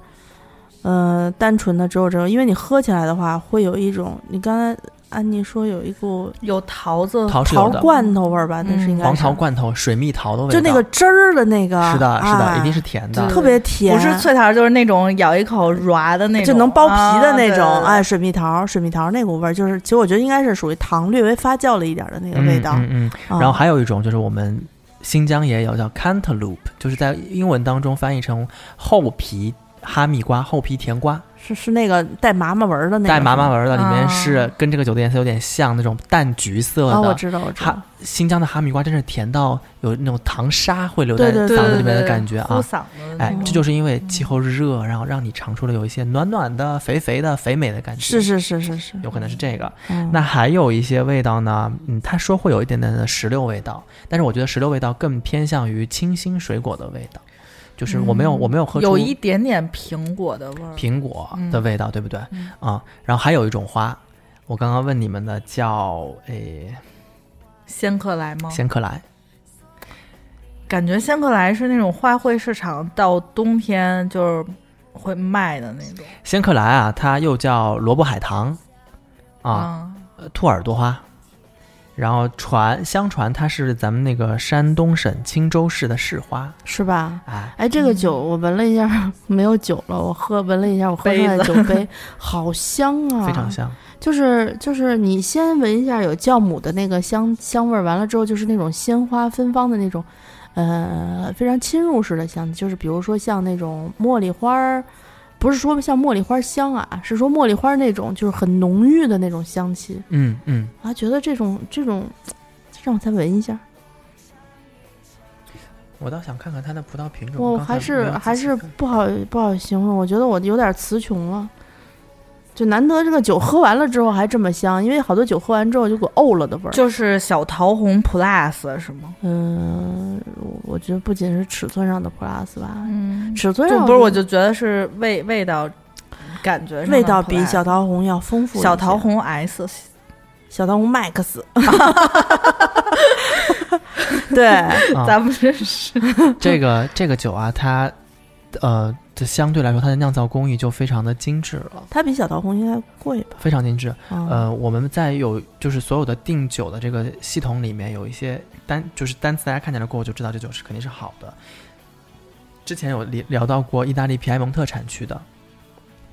S1: 呃，单纯的只有这个，因为你喝起来的话，会有一种你刚才安妮说有一股
S2: 有桃子，
S3: 桃是
S1: 桃
S3: 有的，
S1: 罐头味儿吧，那是
S2: 嗯
S1: 应该
S3: 黄
S1: 是
S3: 桃罐头、水蜜桃的味道，
S1: 就那个汁儿的那个，
S3: 是的，是的，
S1: 哎
S3: 一定是甜的
S2: 对。
S1: 特别甜，
S2: 不是脆桃，就是那种咬一口软的那种，
S1: 就能剥皮的那种，
S2: 啊
S1: 哎，，水蜜桃，水蜜桃那股味儿，就是其实我觉得应该是属于糖略微发酵了一点的那个
S3: 嗯
S1: 味道。
S3: 嗯嗯
S1: 啊
S3: 然后还有一种就是我们新疆也有叫 cantaloupe，就是在英文当中翻译成厚皮哈密瓜、厚皮甜瓜，
S1: 是是那个带麻麻纹儿的那个，
S3: 带麻麻纹儿的，里面
S2: 啊
S3: 是跟这个酒的颜色有点像那种淡橘色
S1: 啊、我
S3: 的。
S1: 知道，我知道
S3: 哈，，新疆的哈密瓜真是甜到有那种糖沙会留在
S1: 对对
S2: 对
S3: 嗓
S2: 对对
S3: 子里面的感觉
S2: 哭
S3: 啊！
S2: 嗓子的那
S3: 哎
S2: 种，
S3: 这就是因为气候热，然后让你尝出了有一些暖暖的、肥肥的、肥美的感觉。
S1: 是，是是是是。
S3: 有可能是这个。
S1: 嗯
S3: 那还有一些味道呢，嗯，他说会有一点点的石榴味道，但是我觉得石榴味道更偏向于清新水果的味道，就是我没有、我没有喝出
S2: 嗯有一点点苹果的味
S1: 嗯
S2: 儿，
S3: 苹果的味道，对不对？啊、
S2: 嗯
S3: 然后还有一种花，我刚刚问你们的叫诶
S2: 仙客来
S1: 哦
S2: 吗？
S3: 仙客来，
S2: 感觉仙客来是那种花卉市场到冬天就是会卖的那种
S3: 仙客来啊，它又叫萝卜海棠啊、
S2: 啊，
S1: 嗯
S3: 呃兔耳朵花。然后传相传它是咱们那个山东省青州市的市花，
S1: 是吧？
S3: 哎，
S1: 哎，这个酒我闻了一下， 没有酒了，我喝闻了一下，我喝出来的
S2: 杯
S1: 酒杯好香啊，
S3: 非常。香。
S1: 就是就是你先闻一下有酵母的那个香香味儿，完了之后就是那种鲜花芬芳的那种，呃，非常侵入式的香气，就是比如说像那种茉莉花儿，不是说像茉莉花儿香啊，是说茉莉花儿那种就是很浓郁的那种香气
S3: 嗯嗯，
S1: 啊，觉得这种这种让我再闻一下，
S3: 我倒想看看它的葡萄品种。
S1: 我
S3: 刚才
S1: 哦还
S3: 没
S1: 是
S3: 有仔
S1: 还
S3: 细
S1: 是
S3: 看
S1: 不好不好形容，我觉得我有点词穷了。就难得这个酒喝完了之后还这么香，因为好多酒喝完之后就给我呕了的味儿。
S2: 就是小桃红 plus 是吗？
S1: 嗯，我我觉得不仅是尺寸上的 plus 吧，
S2: 嗯，
S1: 尺寸
S2: 就
S1: 上
S2: 不是，我就觉得是味味道感觉上的
S1: 味道
S2: polite
S1: 比小桃红要丰富一些。
S2: 小桃红 S
S1: 小桃红 Max，对，
S3: 啊
S2: 咱们认识。
S3: 这个这个酒啊，它呃，这相对来说它的酿造工艺就非常的精致了，
S1: 它比小桃红应该贵吧？
S3: 非常精致。
S1: 嗯、
S3: 呃，我们在有就是所有的订酒的这个系统里面，有一些单就是单词，大家看起来过后就知道这酒是肯定是好的。之前有聊聊到过意大利皮埃蒙特产区的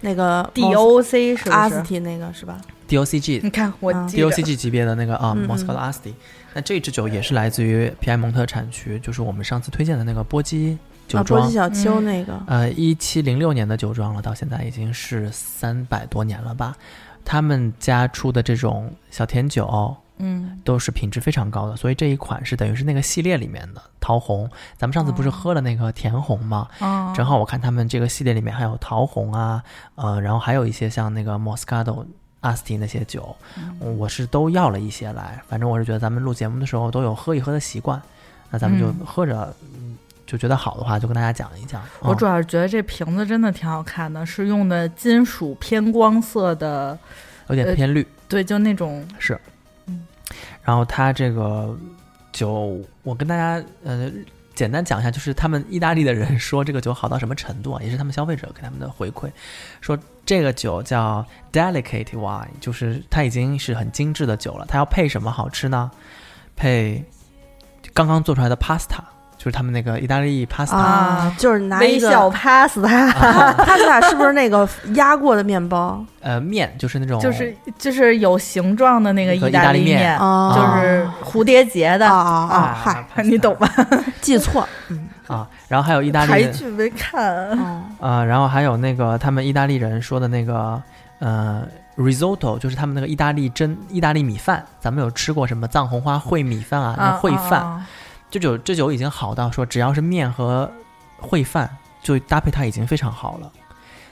S1: 那个
S2: DOC 是
S3: 啊
S1: 阿
S2: 不
S1: 斯
S2: 是？
S1: 提那个是吧？
S3: DOCG
S2: 你看我
S1: 嗯
S2: 记着
S3: DOCG 级别的那个啊，
S1: 嗯
S3: 莫斯科的阿斯迪。那这支酒也是来自于皮埃蒙特产区，就是我们上次推荐的那个波基酒
S1: 啊，波
S3: 庄
S1: 西。小丘
S2: 嗯
S1: 那个，
S3: 呃，一七零六年的酒庄了，到现在已经是三百多年了吧。他们家出的这种小甜酒
S2: 嗯，
S3: 都是品质非常高的，所以这一款是等于是那个系列里面的桃红。咱们上次不是
S2: 哦
S3: 喝了那个甜红吗？
S2: 哦
S3: 正好我看他们这个系列里面还有桃红啊，呃，然后还有一些像那个 Moscato、阿斯提那些酒，
S2: 嗯
S3: 我是都要了一些来。反正我是觉得咱们录节目的时候都有喝一喝的习惯，那咱们就
S2: 嗯
S3: 喝着，嗯就觉得好的话就跟大家讲一讲。
S2: 我
S3: 嗯
S2: 主要是觉得这瓶子真的挺好看的，是用的金属偏光色的，
S3: 有点
S2: 呃
S3: 偏绿，
S2: 对，就那种
S3: 是
S2: 嗯，
S3: 然后它这个酒，我跟大家呃简单讲一下，就是他们意大利的人说这个酒好到什么程度啊，也是他们消费者给他们的回馈，说这个酒叫 delicate wine，就是它已经是很精致的酒了，它要配什么好吃呢？配刚刚做出来的 pasta，就是他们那个意大利 pasta，、
S1: 啊，就是拿一
S2: 微
S1: 个
S2: 笑 pass 它，
S3: 啊
S1: 他俩是不是那个压过的面包？
S3: 呃面就是那种
S2: 就是就是有形状的那个
S3: 那个
S2: 意大
S3: 意大利面
S2: 面，
S1: 哦
S2: 就是蝴蝶结
S1: 啊
S2: 的，
S1: 啊啊！嗨，
S3: pasta
S2: 你懂吧？
S1: 记错，
S3: 啊，然后还有意大利
S2: 台
S3: 的
S2: 剧没 看，
S1: 嗯，
S3: 呃，然后还有那个他们意大利人说的那个呃 risotto，就是他们那个意大利蒸意大利米饭，咱们有吃过什么藏红花烩米饭啊，那烩饭，
S2: 啊
S3: 这酒这酒已经好到说只要是面和烩饭就搭配它已经非常好了。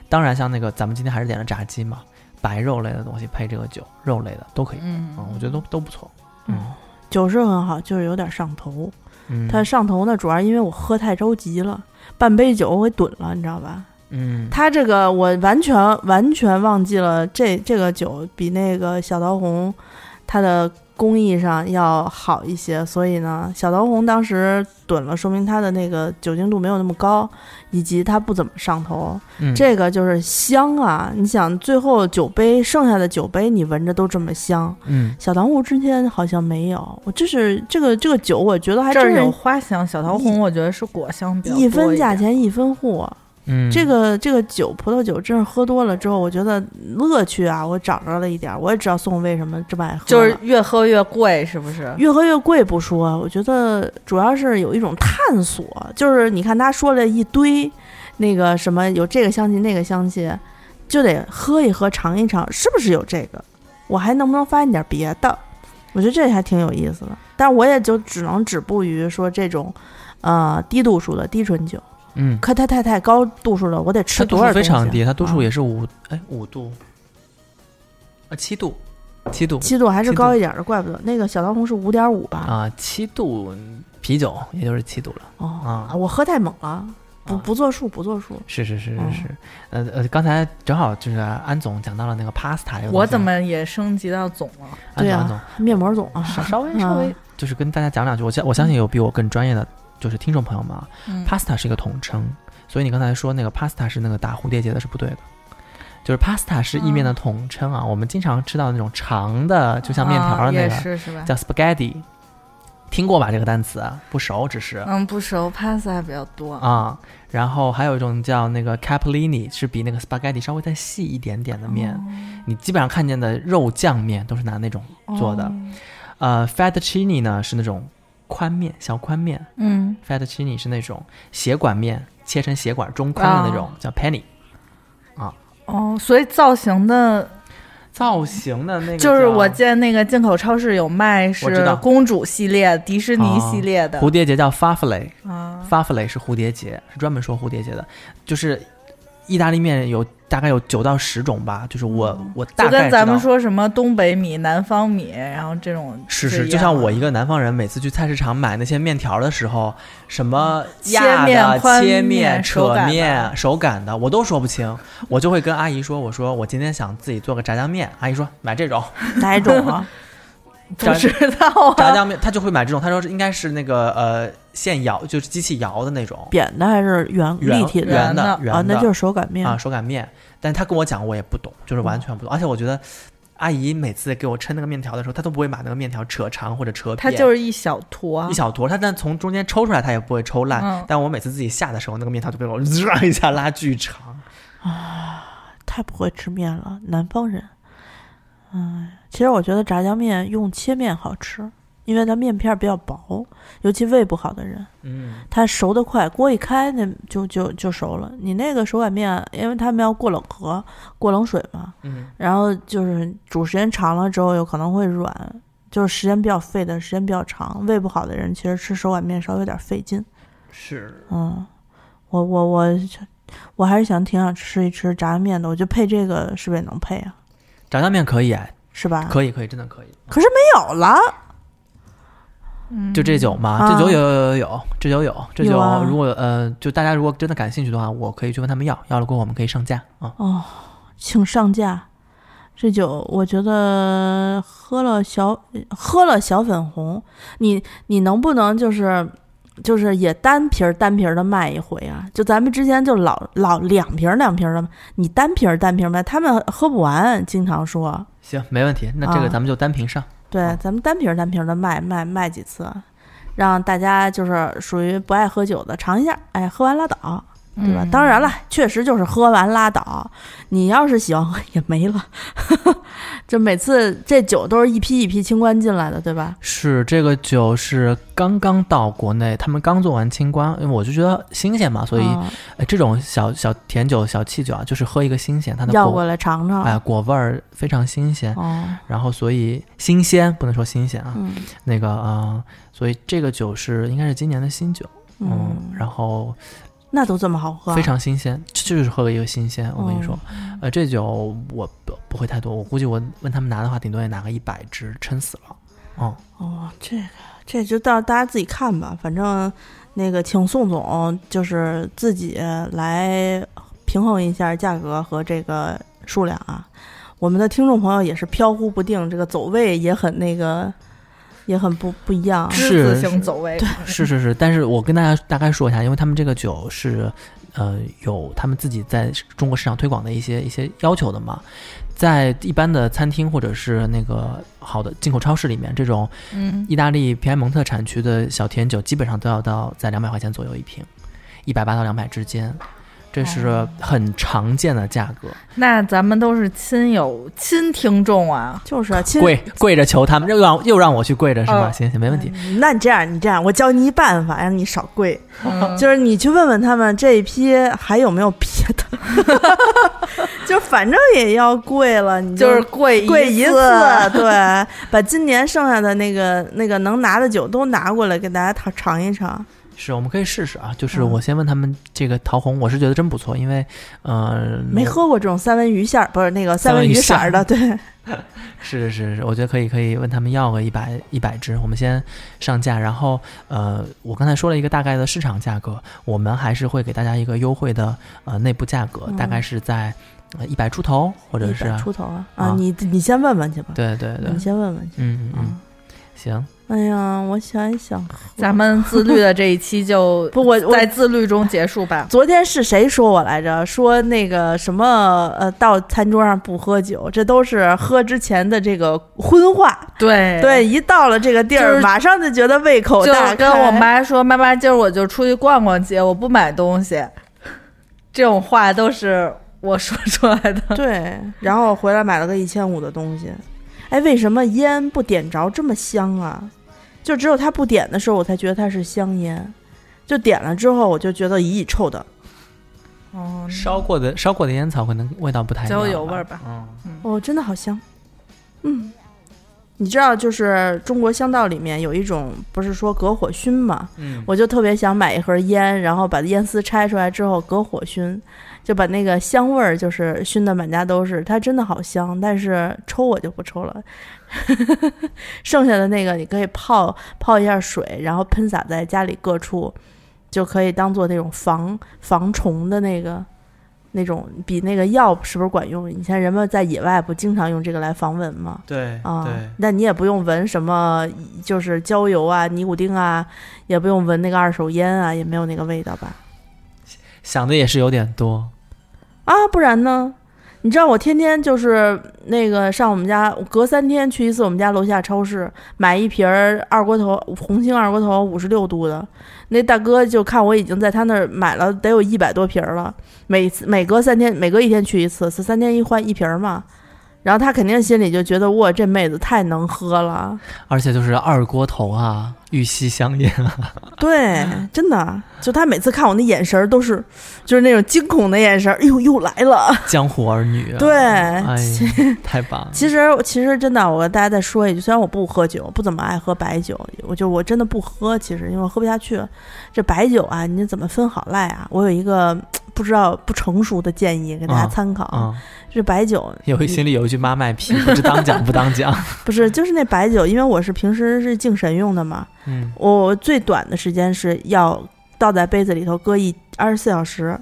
S3: 当然，像那个咱们今天还是点了炸鸡嘛，白肉类的东西配这个酒，肉类的都可以，
S2: 嗯
S3: 嗯，我觉得都都不错，嗯
S1: 酒是很好，就是有点上头。
S3: 嗯，
S1: 它上头呢，主要是因为我喝太着急了，半杯酒我给怼了，你知道吧？
S3: 嗯
S1: 它这个我完全完全忘记了这，这个酒比那个小桃红，它的工艺上要好一些，所以呢，小桃红当时怼了，说明它的那个酒精度没有那么高，以及它不怎么上头。
S3: 嗯
S1: 这个就是香啊！你想，最后酒杯剩下的酒杯，你闻着都这么香。
S3: 嗯
S1: 小糖葫之前好像没有，我就是这个这个酒，我觉得还
S2: 这
S1: 真
S2: 儿有
S1: 是
S2: 花香，小桃红我觉得是果香比较多
S1: 一分价
S2: 点。
S1: 钱一分货。
S3: 嗯，
S1: 这个这个酒，葡萄酒真是喝多了之后，我觉得乐趣啊，我找着了一点儿。我也知道宋为什么这么爱喝了，
S2: 就是越喝越贵，是不是？
S1: 越喝越贵不说，我觉得主要是有一种探索，就是你看他说了一堆，那个什么有这个香气那个香气，就得喝一喝尝一尝，是不是有这个？我还能不能发现点别的？我觉得这还挺有意思的，但我也就只能止步于说这种，呃，低度数的低醇酒，
S3: 嗯，
S1: 可太太太高度数了，我得吃
S3: 它
S1: 多
S3: 度
S1: 少
S3: 数非常
S1: 东西
S3: 低，它度数
S1: 啊
S3: 也是五哎五度，啊七度，七度
S1: 七度还是
S3: 七度
S1: 高一点的，怪不得那个小桃红是五点五吧？
S3: 啊七度啤酒也就是七度了，
S1: 哦
S3: 啊，
S1: 我喝太猛了，不
S3: 啊
S1: 不作数，不作数。
S3: 是是是
S1: 哦
S3: 是是，呃呃，刚才正好就是安总讲到了那个 pasta 这个东西啊，
S2: 我怎么也升级到总了？
S3: 安
S1: 对
S3: 总
S1: 啊
S3: 安总
S1: 面膜总啊，
S3: 稍 稍微稍微就是跟大家讲两句，我相我相信有比我更专业的就是听众朋友们啊
S2: 嗯
S3: ，pasta 是一个统称，所以你刚才说那个 pasta 是那个打蝴蝶结的是不对的。就是 pasta 是意面
S1: 嗯
S3: 的
S2: 哦
S3: 统称啊，我们经常吃到那种长的，就像面条
S2: 啊
S3: 的那
S2: 也
S3: 个，
S2: 是是吧？
S3: 叫 spaghetti，听过吧这个单词？啊不熟，只是
S2: 嗯，不熟，pass 还比较多。
S3: 啊、然后还有一种叫那个 capellini，是比那个 spaghetti 稍微再细一点点的
S2: 哦
S3: 面。你基本上看见的肉酱面都是拿那种做
S2: 哦
S3: 的。呃，fettuccine 呢是那种宽面，小宽面
S2: 嗯，
S3: ；fettuccine 是那种血管面，切成血管中宽的那种，
S2: 啊
S3: 叫 penny。
S2: 哦，所以造型的，
S3: 造型的那个
S2: 就是
S3: 叫
S2: 我见那个进口超市有卖，
S3: 我知
S2: 是
S3: 道啊
S2: 公主系列、迪士尼系列的
S3: 蝴蝶结叫 farfalle。
S2: 啊。
S3: 发弗雷是蝴蝶结，是专门说蝴蝶结的，就是意大利面有大概有九到十种吧，就是我我
S2: 嗯
S3: 大
S2: 就
S3: 概
S2: 跟咱们
S3: 知道
S2: 说什么东北米、南方米，然后这种
S3: 是
S2: 这
S3: 是，
S2: 一
S3: 就
S2: 样
S3: 像
S2: 了
S3: 我一个南方人，每次去菜市场买那些面条的时候，什么
S2: 切
S3: 压
S2: 面
S3: 的、
S2: 宽
S3: 切
S2: 面
S3: 面、
S2: 手
S3: 扯
S2: 擀的
S3: 面、手擀的，我都说不清。我就会跟阿姨说：“我说我今天想自己做个炸酱面。”阿姨说：“买 这种
S1: 哪一种啊？
S2: 不知道
S3: 炸
S2: 啊，
S3: 酱面。”她就会买这种。她说应该是那个呃现摇，就是机器摇的那种
S1: 扁的还是圆
S3: 圆
S1: 立体的
S3: 圆
S2: 的
S3: 的圆的，
S1: 啊？那就是手擀面
S3: 啊，手擀面。但他跟我讲，我也不懂，就是完全不懂。而且我觉得，阿姨每次给我抻那个面条的时候，她都不会把那个面条扯长或者扯扁，
S2: 它就是一小坨
S3: 一。小坨。她但从中间抽出来，她也不会抽烂。
S2: 嗯
S3: 但我每次自己下的时候，那个面条就被我 唰一下拉巨长。
S1: 太不会吃面了，南方人。嗯，其实我觉得炸酱面用切面好吃，因为它面片儿比较薄，尤其胃不好的人，
S3: 嗯，
S1: 它熟得快，锅一开那就就就熟了。你那个手擀面，因为他们要过冷河、过冷水嘛，
S3: 嗯，
S1: 然后就是煮时间长了之后，有可能会软，就是时间比较费的时间比较长，胃不好的人其实吃手擀面稍微有点费劲。
S3: 是。
S1: 嗯，我我我我还是想挺想吃一吃炸酱面的，我觉得配这个是不是也能配啊？
S3: 炸酱面可以，哎
S1: 是吧？
S3: 可以，可以，真的可以。
S1: 没有了，
S2: 嗯
S3: 就这酒嘛，
S1: 啊
S3: 这酒有有有有，这酒有这
S1: 有
S3: 酒
S1: 啊。
S3: 如果呃，就大家如果真的感兴趣的话，我可以去问他们要，要了过后我们可以上架啊。
S1: 哦请上架。这酒我觉得喝了小喝了小粉红，你你能不能就是就是也单瓶儿单瓶儿的卖一回啊？就咱们之前就老老两瓶儿两瓶儿的，你单瓶儿单瓶儿卖，他们喝不完，经常说。
S3: 行，没问题。那这个
S1: 啊
S3: 咱们就单屏上。
S1: 对，咱们单瓶儿单瓶儿的卖卖卖几次，让大家就是属于不爱喝酒的尝一下，哎，喝完拉倒，对吧？当然
S3: 嗯
S1: 了，确实就是喝完拉倒，你要是喜欢喝也没了。 就每次这酒都是一批一批清关进来的，对吧？
S3: 是这个酒是刚刚到国内，他们刚做完清关，因为我就觉得新鲜嘛，所以、
S1: 嗯
S3: 呃这种小小甜酒、小气酒啊，就是喝一个新鲜，它的
S1: 要
S3: 果
S1: 过来尝尝。
S3: 哎嗯果味儿非常新鲜，
S1: 哦，
S3: 然后所以新鲜不能说新鲜啊，
S1: 嗯
S3: 那个啊、呃所以这个酒是应该是今年的新酒，嗯，
S1: 嗯，
S3: 然后
S1: 那都这么好喝，啊哦
S3: 非常新鲜，这就是喝了一个新鲜，我跟你说，
S1: 嗯
S3: 呃这酒我不不会太多，我估计我问他们拿的话，顶多也拿个一百支，撑死了，嗯。
S1: 哦，这个这就到大家自己看吧，反正那个请宋总就是自己来平衡一下价格和这个数量啊。我们的听众朋友也是飘忽不定，这个走位也很那个，也很不不一样。
S2: 之字
S3: 是
S2: 形
S3: 是
S2: 走位，
S3: 是是是，但是我跟大家大概说一下，因为他们这个酒是，呃，有他们自己在中国市场推广的一些一些要求的嘛，在一般的餐厅或者是那个好的进口超市里面，这种
S2: 嗯，
S3: 意大利皮埃蒙特产区的小甜酒，基本上都要到在两百块钱左右一瓶，一百八到两百之间，这
S1: 哦
S3: 是很常见的价格，
S2: 那咱们都是亲友亲听众 啊，
S1: 就是啊，亲，
S3: 跪跪着求他们，又让又让我去跪着是吗？
S2: 哦
S3: 行行，没问题。
S1: 嗯那你这样，你这样，我教你一办法，让你少跪，
S2: 嗯
S1: 就是你去问问他们这一批还有没有别的， 就反正也要跪了，你
S2: 就是 跪
S1: 跪一
S2: 一
S1: 次，对，把今年剩下的那个那个能拿的酒都拿过来给大家尝尝一尝。
S3: 是，我们可以试试啊。就是
S1: 嗯
S3: 我先问他们这个桃红，我是觉得真不错，因为呃，
S1: 没
S3: 我
S1: 喝过这种三文鱼馅儿，不是那个嗯
S3: 三
S1: 三
S3: 文
S1: 文
S3: 鱼
S1: 鱼
S3: 馅
S1: 色
S3: 儿
S1: 儿的，对，
S3: 是是是是，我觉得可以可以问他们要个一百一百支，我们先上架。然后呃，我刚才说了一个大概的市场价格，我们还是会给大家一个优惠的呃内部价格，大概是在呃一百出头，或者
S1: 嗯一
S3: 是
S1: 百出头啊！
S3: 啊
S1: 啊，你你先问问去吧，
S3: 对对对
S1: 你，先问问去。
S3: 嗯嗯嗯
S1: 啊，
S3: 行，
S1: 哎呀，我想一想，
S2: 咱们自律的这一期就
S1: 不，我我
S2: 在自律中结束吧。
S1: 昨天是谁说我来着？说那个什么呃，到餐桌上不喝酒，这都是喝之前的这个荤话。
S2: 对
S1: 对，一到了这个地儿，
S2: 就是
S1: 马上就觉得胃口
S2: 就
S1: 大开。
S2: 跟我妈说，妈妈，今儿我就出去逛逛街，我不买东 西。这种话都是我说出来的。
S1: 对，然后回来买了个一千五的东西。哎，为什么烟不点着这么香啊？就只有它不点的时候，我才觉得它是香烟。就点了之后，我就觉得咦，臭的。
S2: 哦，哎
S3: 烧过的烧过的烟草可能味道不太一
S2: 焦
S3: 样，
S2: 油味儿吧。
S3: 嗯，
S1: 哦，真的好香。嗯，你知道，就是中国香道里面有一种不是说隔火熏吗？
S3: 嗯，
S1: 我就特别想买一盒烟，然后把烟丝拆出来之后隔火熏，就把那个香味儿就是熏得满家都是。它真的好香，但是抽我就不抽了。 剩下的那个你可以泡泡一下水，然后喷洒在家里各处，就可以当做那种防防虫的那个那种，比那个药是不是管用？以前人们在野外不经常用这个来防蚊吗？
S3: 对
S1: 啊
S3: 对，，
S1: 那你也不用闻什么，就是焦油啊、尼古丁啊，也不用闻那个二手烟啊，也没有那个味道吧？
S3: 想的也是有点多。
S1: 啊，不然呢？你知道我天天就是那个上我们家，我隔三天去一次我们家楼下超市买一瓶儿二锅头红星二锅头五十六度的，那大哥就看我已经在他那儿买了得有一百多瓶儿了，每次每隔三天每隔一天去一次，是三天一换一瓶儿嘛，然后他肯定心里就觉得哇这妹子太能喝了，
S3: 而且就是二锅头啊，玉溪香烟啊，
S1: 对，
S3: 嗯
S1: 真的，就他每次看我那眼神儿都是，就是那种惊恐的眼神儿，哎呦，又来了。
S3: 江湖儿女、啊。
S1: 对
S3: 哎呀，太棒了！
S1: 其实，其实真的，我跟大家再说一句，虽然我不喝酒，不怎么爱喝白酒，我就我真的不喝，其实因为我喝不下去。这白酒啊，你怎么分好赖啊？我有一个不知道不成熟的建议给大家
S3: 啊
S1: 参考。
S3: 啊、
S1: 这白酒
S3: 有一心里有一句妈卖批，不知当讲不当讲。
S1: 不是就是那白酒，因为我是平时是敬神用的嘛，
S3: 嗯，
S1: 我最短的时间是要倒在杯子里头搁一二十四小时，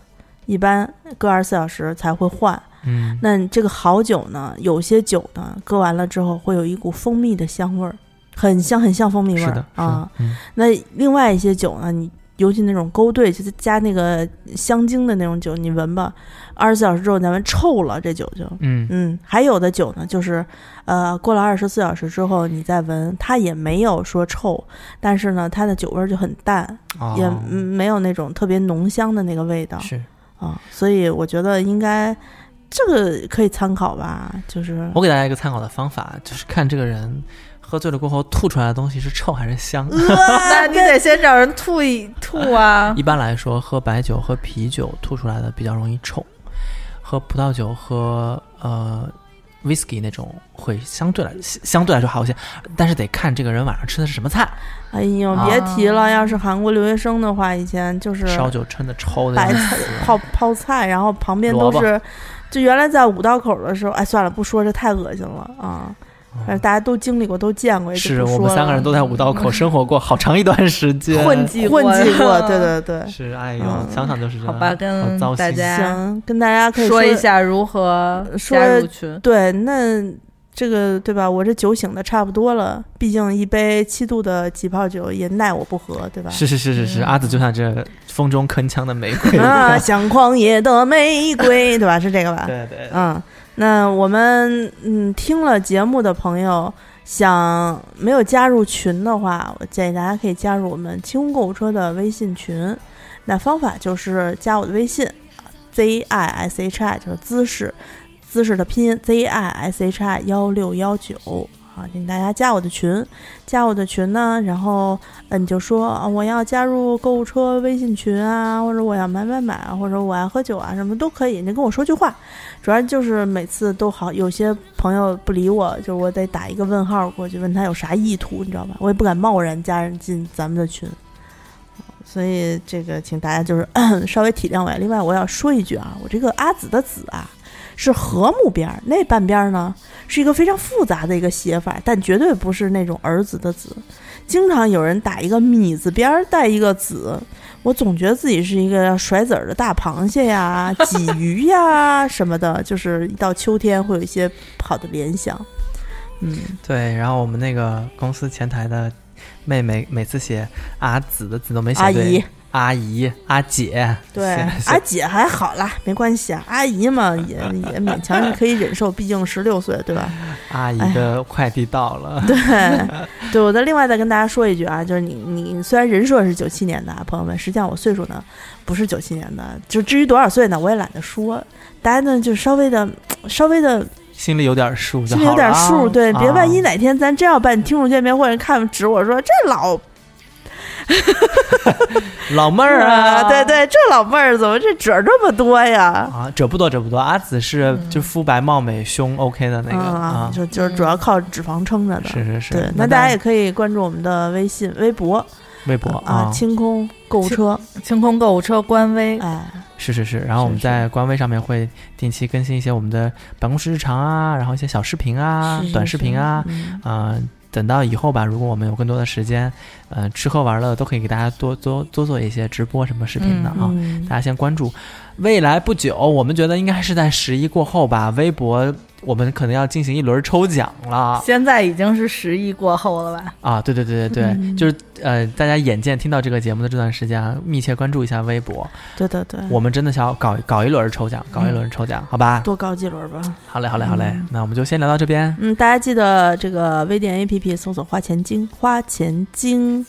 S1: 一般搁二十四小时才会换。
S3: 嗯，
S1: 那这个好酒呢，有些酒呢，搁完了之后会有一股蜂蜜的香味儿，很香很像蜂蜜味
S3: 是的
S1: 儿啊。，
S3: 是的嗯
S1: 那另外一些酒呢，你尤其那种勾兑，就是加那个香精的那种酒，你闻吧，二十四小时之后咱们臭了，这酒就。
S3: 嗯，
S1: 嗯，还有的酒呢，就是，呃，过了二十四小时之后你再闻，它也没有说臭，但是呢，它的酒味儿就很淡，
S3: 哦
S1: 也嗯没有那种特别浓香的那个味道。
S3: 是。
S1: 啊、所以我觉得应该这个可以参考吧，就是
S3: 我给大家一个参考的方法，就是看这个人喝醉了过后吐出来的东西是臭还是香。
S2: 那你得先找人吐一吐啊
S3: 一。般来说，喝白酒、喝啤酒吐出来的比较容易臭，喝葡萄酒、喝呃 whisky 那种会相对来相相对来说好一些，但是得看这个人晚上吃的是什么菜。
S1: 哎呦，
S3: 啊
S1: 别提了，要是韩国留学生的话，以前就是
S3: 烧酒撑的抽的
S1: 白
S3: 要
S1: 菜
S3: 死
S1: 泡泡菜，然后旁边都
S3: 萝卜
S1: 是，就原来在五道口的时候，哎，算了，不说这太恶心了啊。反正大家都经历过，都见过，也就是不
S3: 哦我
S1: 说
S3: 们三个
S1: 了
S3: 人都在五道口生活过好长一段时间，
S2: 混迹
S1: 混迹过，
S2: 过
S1: 对对对。
S3: 是哎呦，
S1: 嗯
S3: 想想就是这样
S2: 好吧，
S3: 好
S2: 跟
S3: 糟
S2: 大
S3: 心
S2: 家
S1: 行，跟大家可以
S2: 说一下如何
S1: 说
S2: 加入群。
S1: 对，那这个对吧？我这酒醒的差不多了，毕竟一杯七度的起泡酒也奈我不何，对吧？
S3: 是是是是是，阿紫就像这风中铿锵的玫瑰，
S1: 嗯 啊，像狂野的玫瑰，对吧？是这个吧？
S3: 对对，
S1: 嗯，那我们嗯听了节目的朋友，想没有加入群的话，我建议大家可以加入我们清空购物车的微信群。那方法就是加我的微信，z i s h i 就是姿势，姿势的拼音 z i s h i 幺六幺九。啊，请大家加我的群，加我的群呢，然后呃你就说啊，我要加入购物车微信群啊，或者我要买买买啊，或者我爱喝酒啊，什么都可以，你跟我说句话，主要就是每次都好，有些朋友不理我，就是我得打一个问号过去，问他有啥意图，你知道吧？我也不敢贸然加人进咱们的群，所以这个请大家就是 稍微体谅我。另外，我要说一句啊，我这个阿紫的紫啊是禾木边儿，那半边儿呢是一个非常复杂的一个写法，但绝对不是那种儿子的子。经常有人打一个米字边儿带一个子，我总觉得自己是一个甩籽儿的大螃蟹呀、鲫鱼呀什么的，就是一到秋天会有一些好的联想。嗯，
S3: 对，然后我们那个公司前台的妹妹每次写阿紫的字都没写
S1: 阿
S3: 对
S1: 姨，
S3: 阿姨、阿姐，
S1: 对
S3: 写，
S1: 阿
S3: 写
S1: 啊姐还好啦，没关系啊，阿姨嘛也也勉强是可以忍受，毕竟十六岁，对吧？
S3: 阿姨
S1: 哎
S3: 的快递到了，
S1: 对，对，我再另外再跟大家说一句啊，就是你你虽然人设是九七年的啊，朋友们，实际上我岁数呢不是九七年的，就至于多少岁呢，我也懒得说，大家呢就稍微的稍微的
S3: 心里有点数就
S1: 心
S3: 好
S1: 里
S3: 了啊，
S1: 有点数，对，别万一
S3: 啊
S1: 哪天咱真要办听众见面会，看指我说这老
S3: 老妹儿啊，
S1: 嗯对对，这老妹儿怎么这褶儿这么多呀？
S3: 啊，褶不多褶不多，阿紫是就肤白貌美、胸 OK 的那个
S1: 嗯
S3: 啊，
S1: 就就是主要靠脂肪撑着的。
S3: 是是是。
S1: 对，那大家也可以关注我们的微信、微博
S3: 微博
S1: 啊，清空购物车，
S2: 清空购物车官微，
S1: 哎，
S3: 是是是，然后我们
S1: 是是
S3: 在官微上面会定期更新一些我们的办公室日常啊，然后一些小视频啊、
S1: 是是
S3: 短视频啊，
S1: 嗯
S3: 啊、等到以后吧，如果我们有更多的时间，呃，吃喝玩乐都可以给大家多多多做一些直播什么视频的啊。
S1: 嗯
S3: 大家先关注。未来不久，我们觉得应该是在十一过后吧，微博我们可能要进行一轮抽奖了
S2: 现在已经是十一过后了吧？
S3: 啊！对对对对对，
S1: 嗯
S3: 就是呃，大家眼见听到这个节目的这段时间啊，密切关注一下微博，
S1: 对对对，
S3: 我们真的想要搞搞一轮抽奖，搞一轮抽奖，好吧？
S1: 多搞几轮吧。
S3: 好嘞，好嘞，好嘞，那我们就先聊到这边，
S1: 嗯，大家记得这个微店 APP 搜索“花钱精”，花钱精，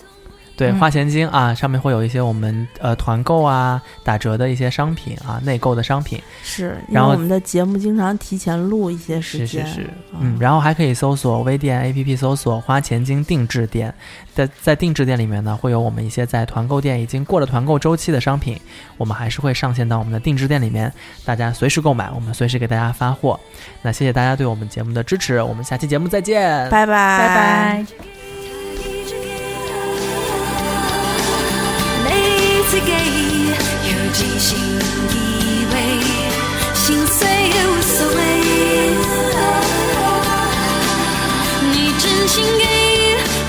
S3: 对，
S2: 嗯
S3: 花钱精啊，上面会有一些我们呃团购啊、打折的一些商品啊、内购的商品，
S1: 是因为
S3: 然后
S1: 我们的节目经常提前录一些时
S3: 是是
S1: 间，
S3: 是，
S1: 啊
S3: 嗯，然后还可以搜索微店 APP 搜索“花钱精定制店”，在在定制店里面呢，会有我们一些在团购店已经过了团购周期的商品，我们还是会上线到我们的定制店里面，大家随时购买，我们随时给大家发货。那谢谢大家对我们节目的支持，我们下期节目再见，
S1: 拜拜
S2: 拜
S1: 拜
S2: 拜。
S5: 一直给他，每次给有尽心意味，心碎也无所谓。你真心给，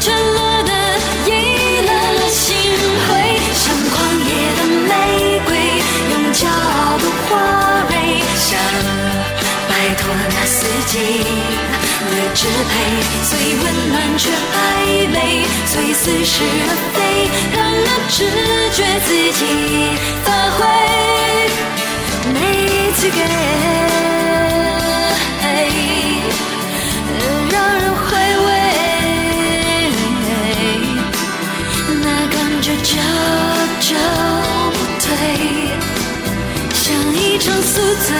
S5: 沉默的赢了心灰，像狂野的玫瑰，用骄傲的花蕊，想摆脱那四季。的支配，最温暖却暧昧，最似是而非，让那直觉自己发挥。每次给，让人回味，那感觉久久不退，像一场宿醉。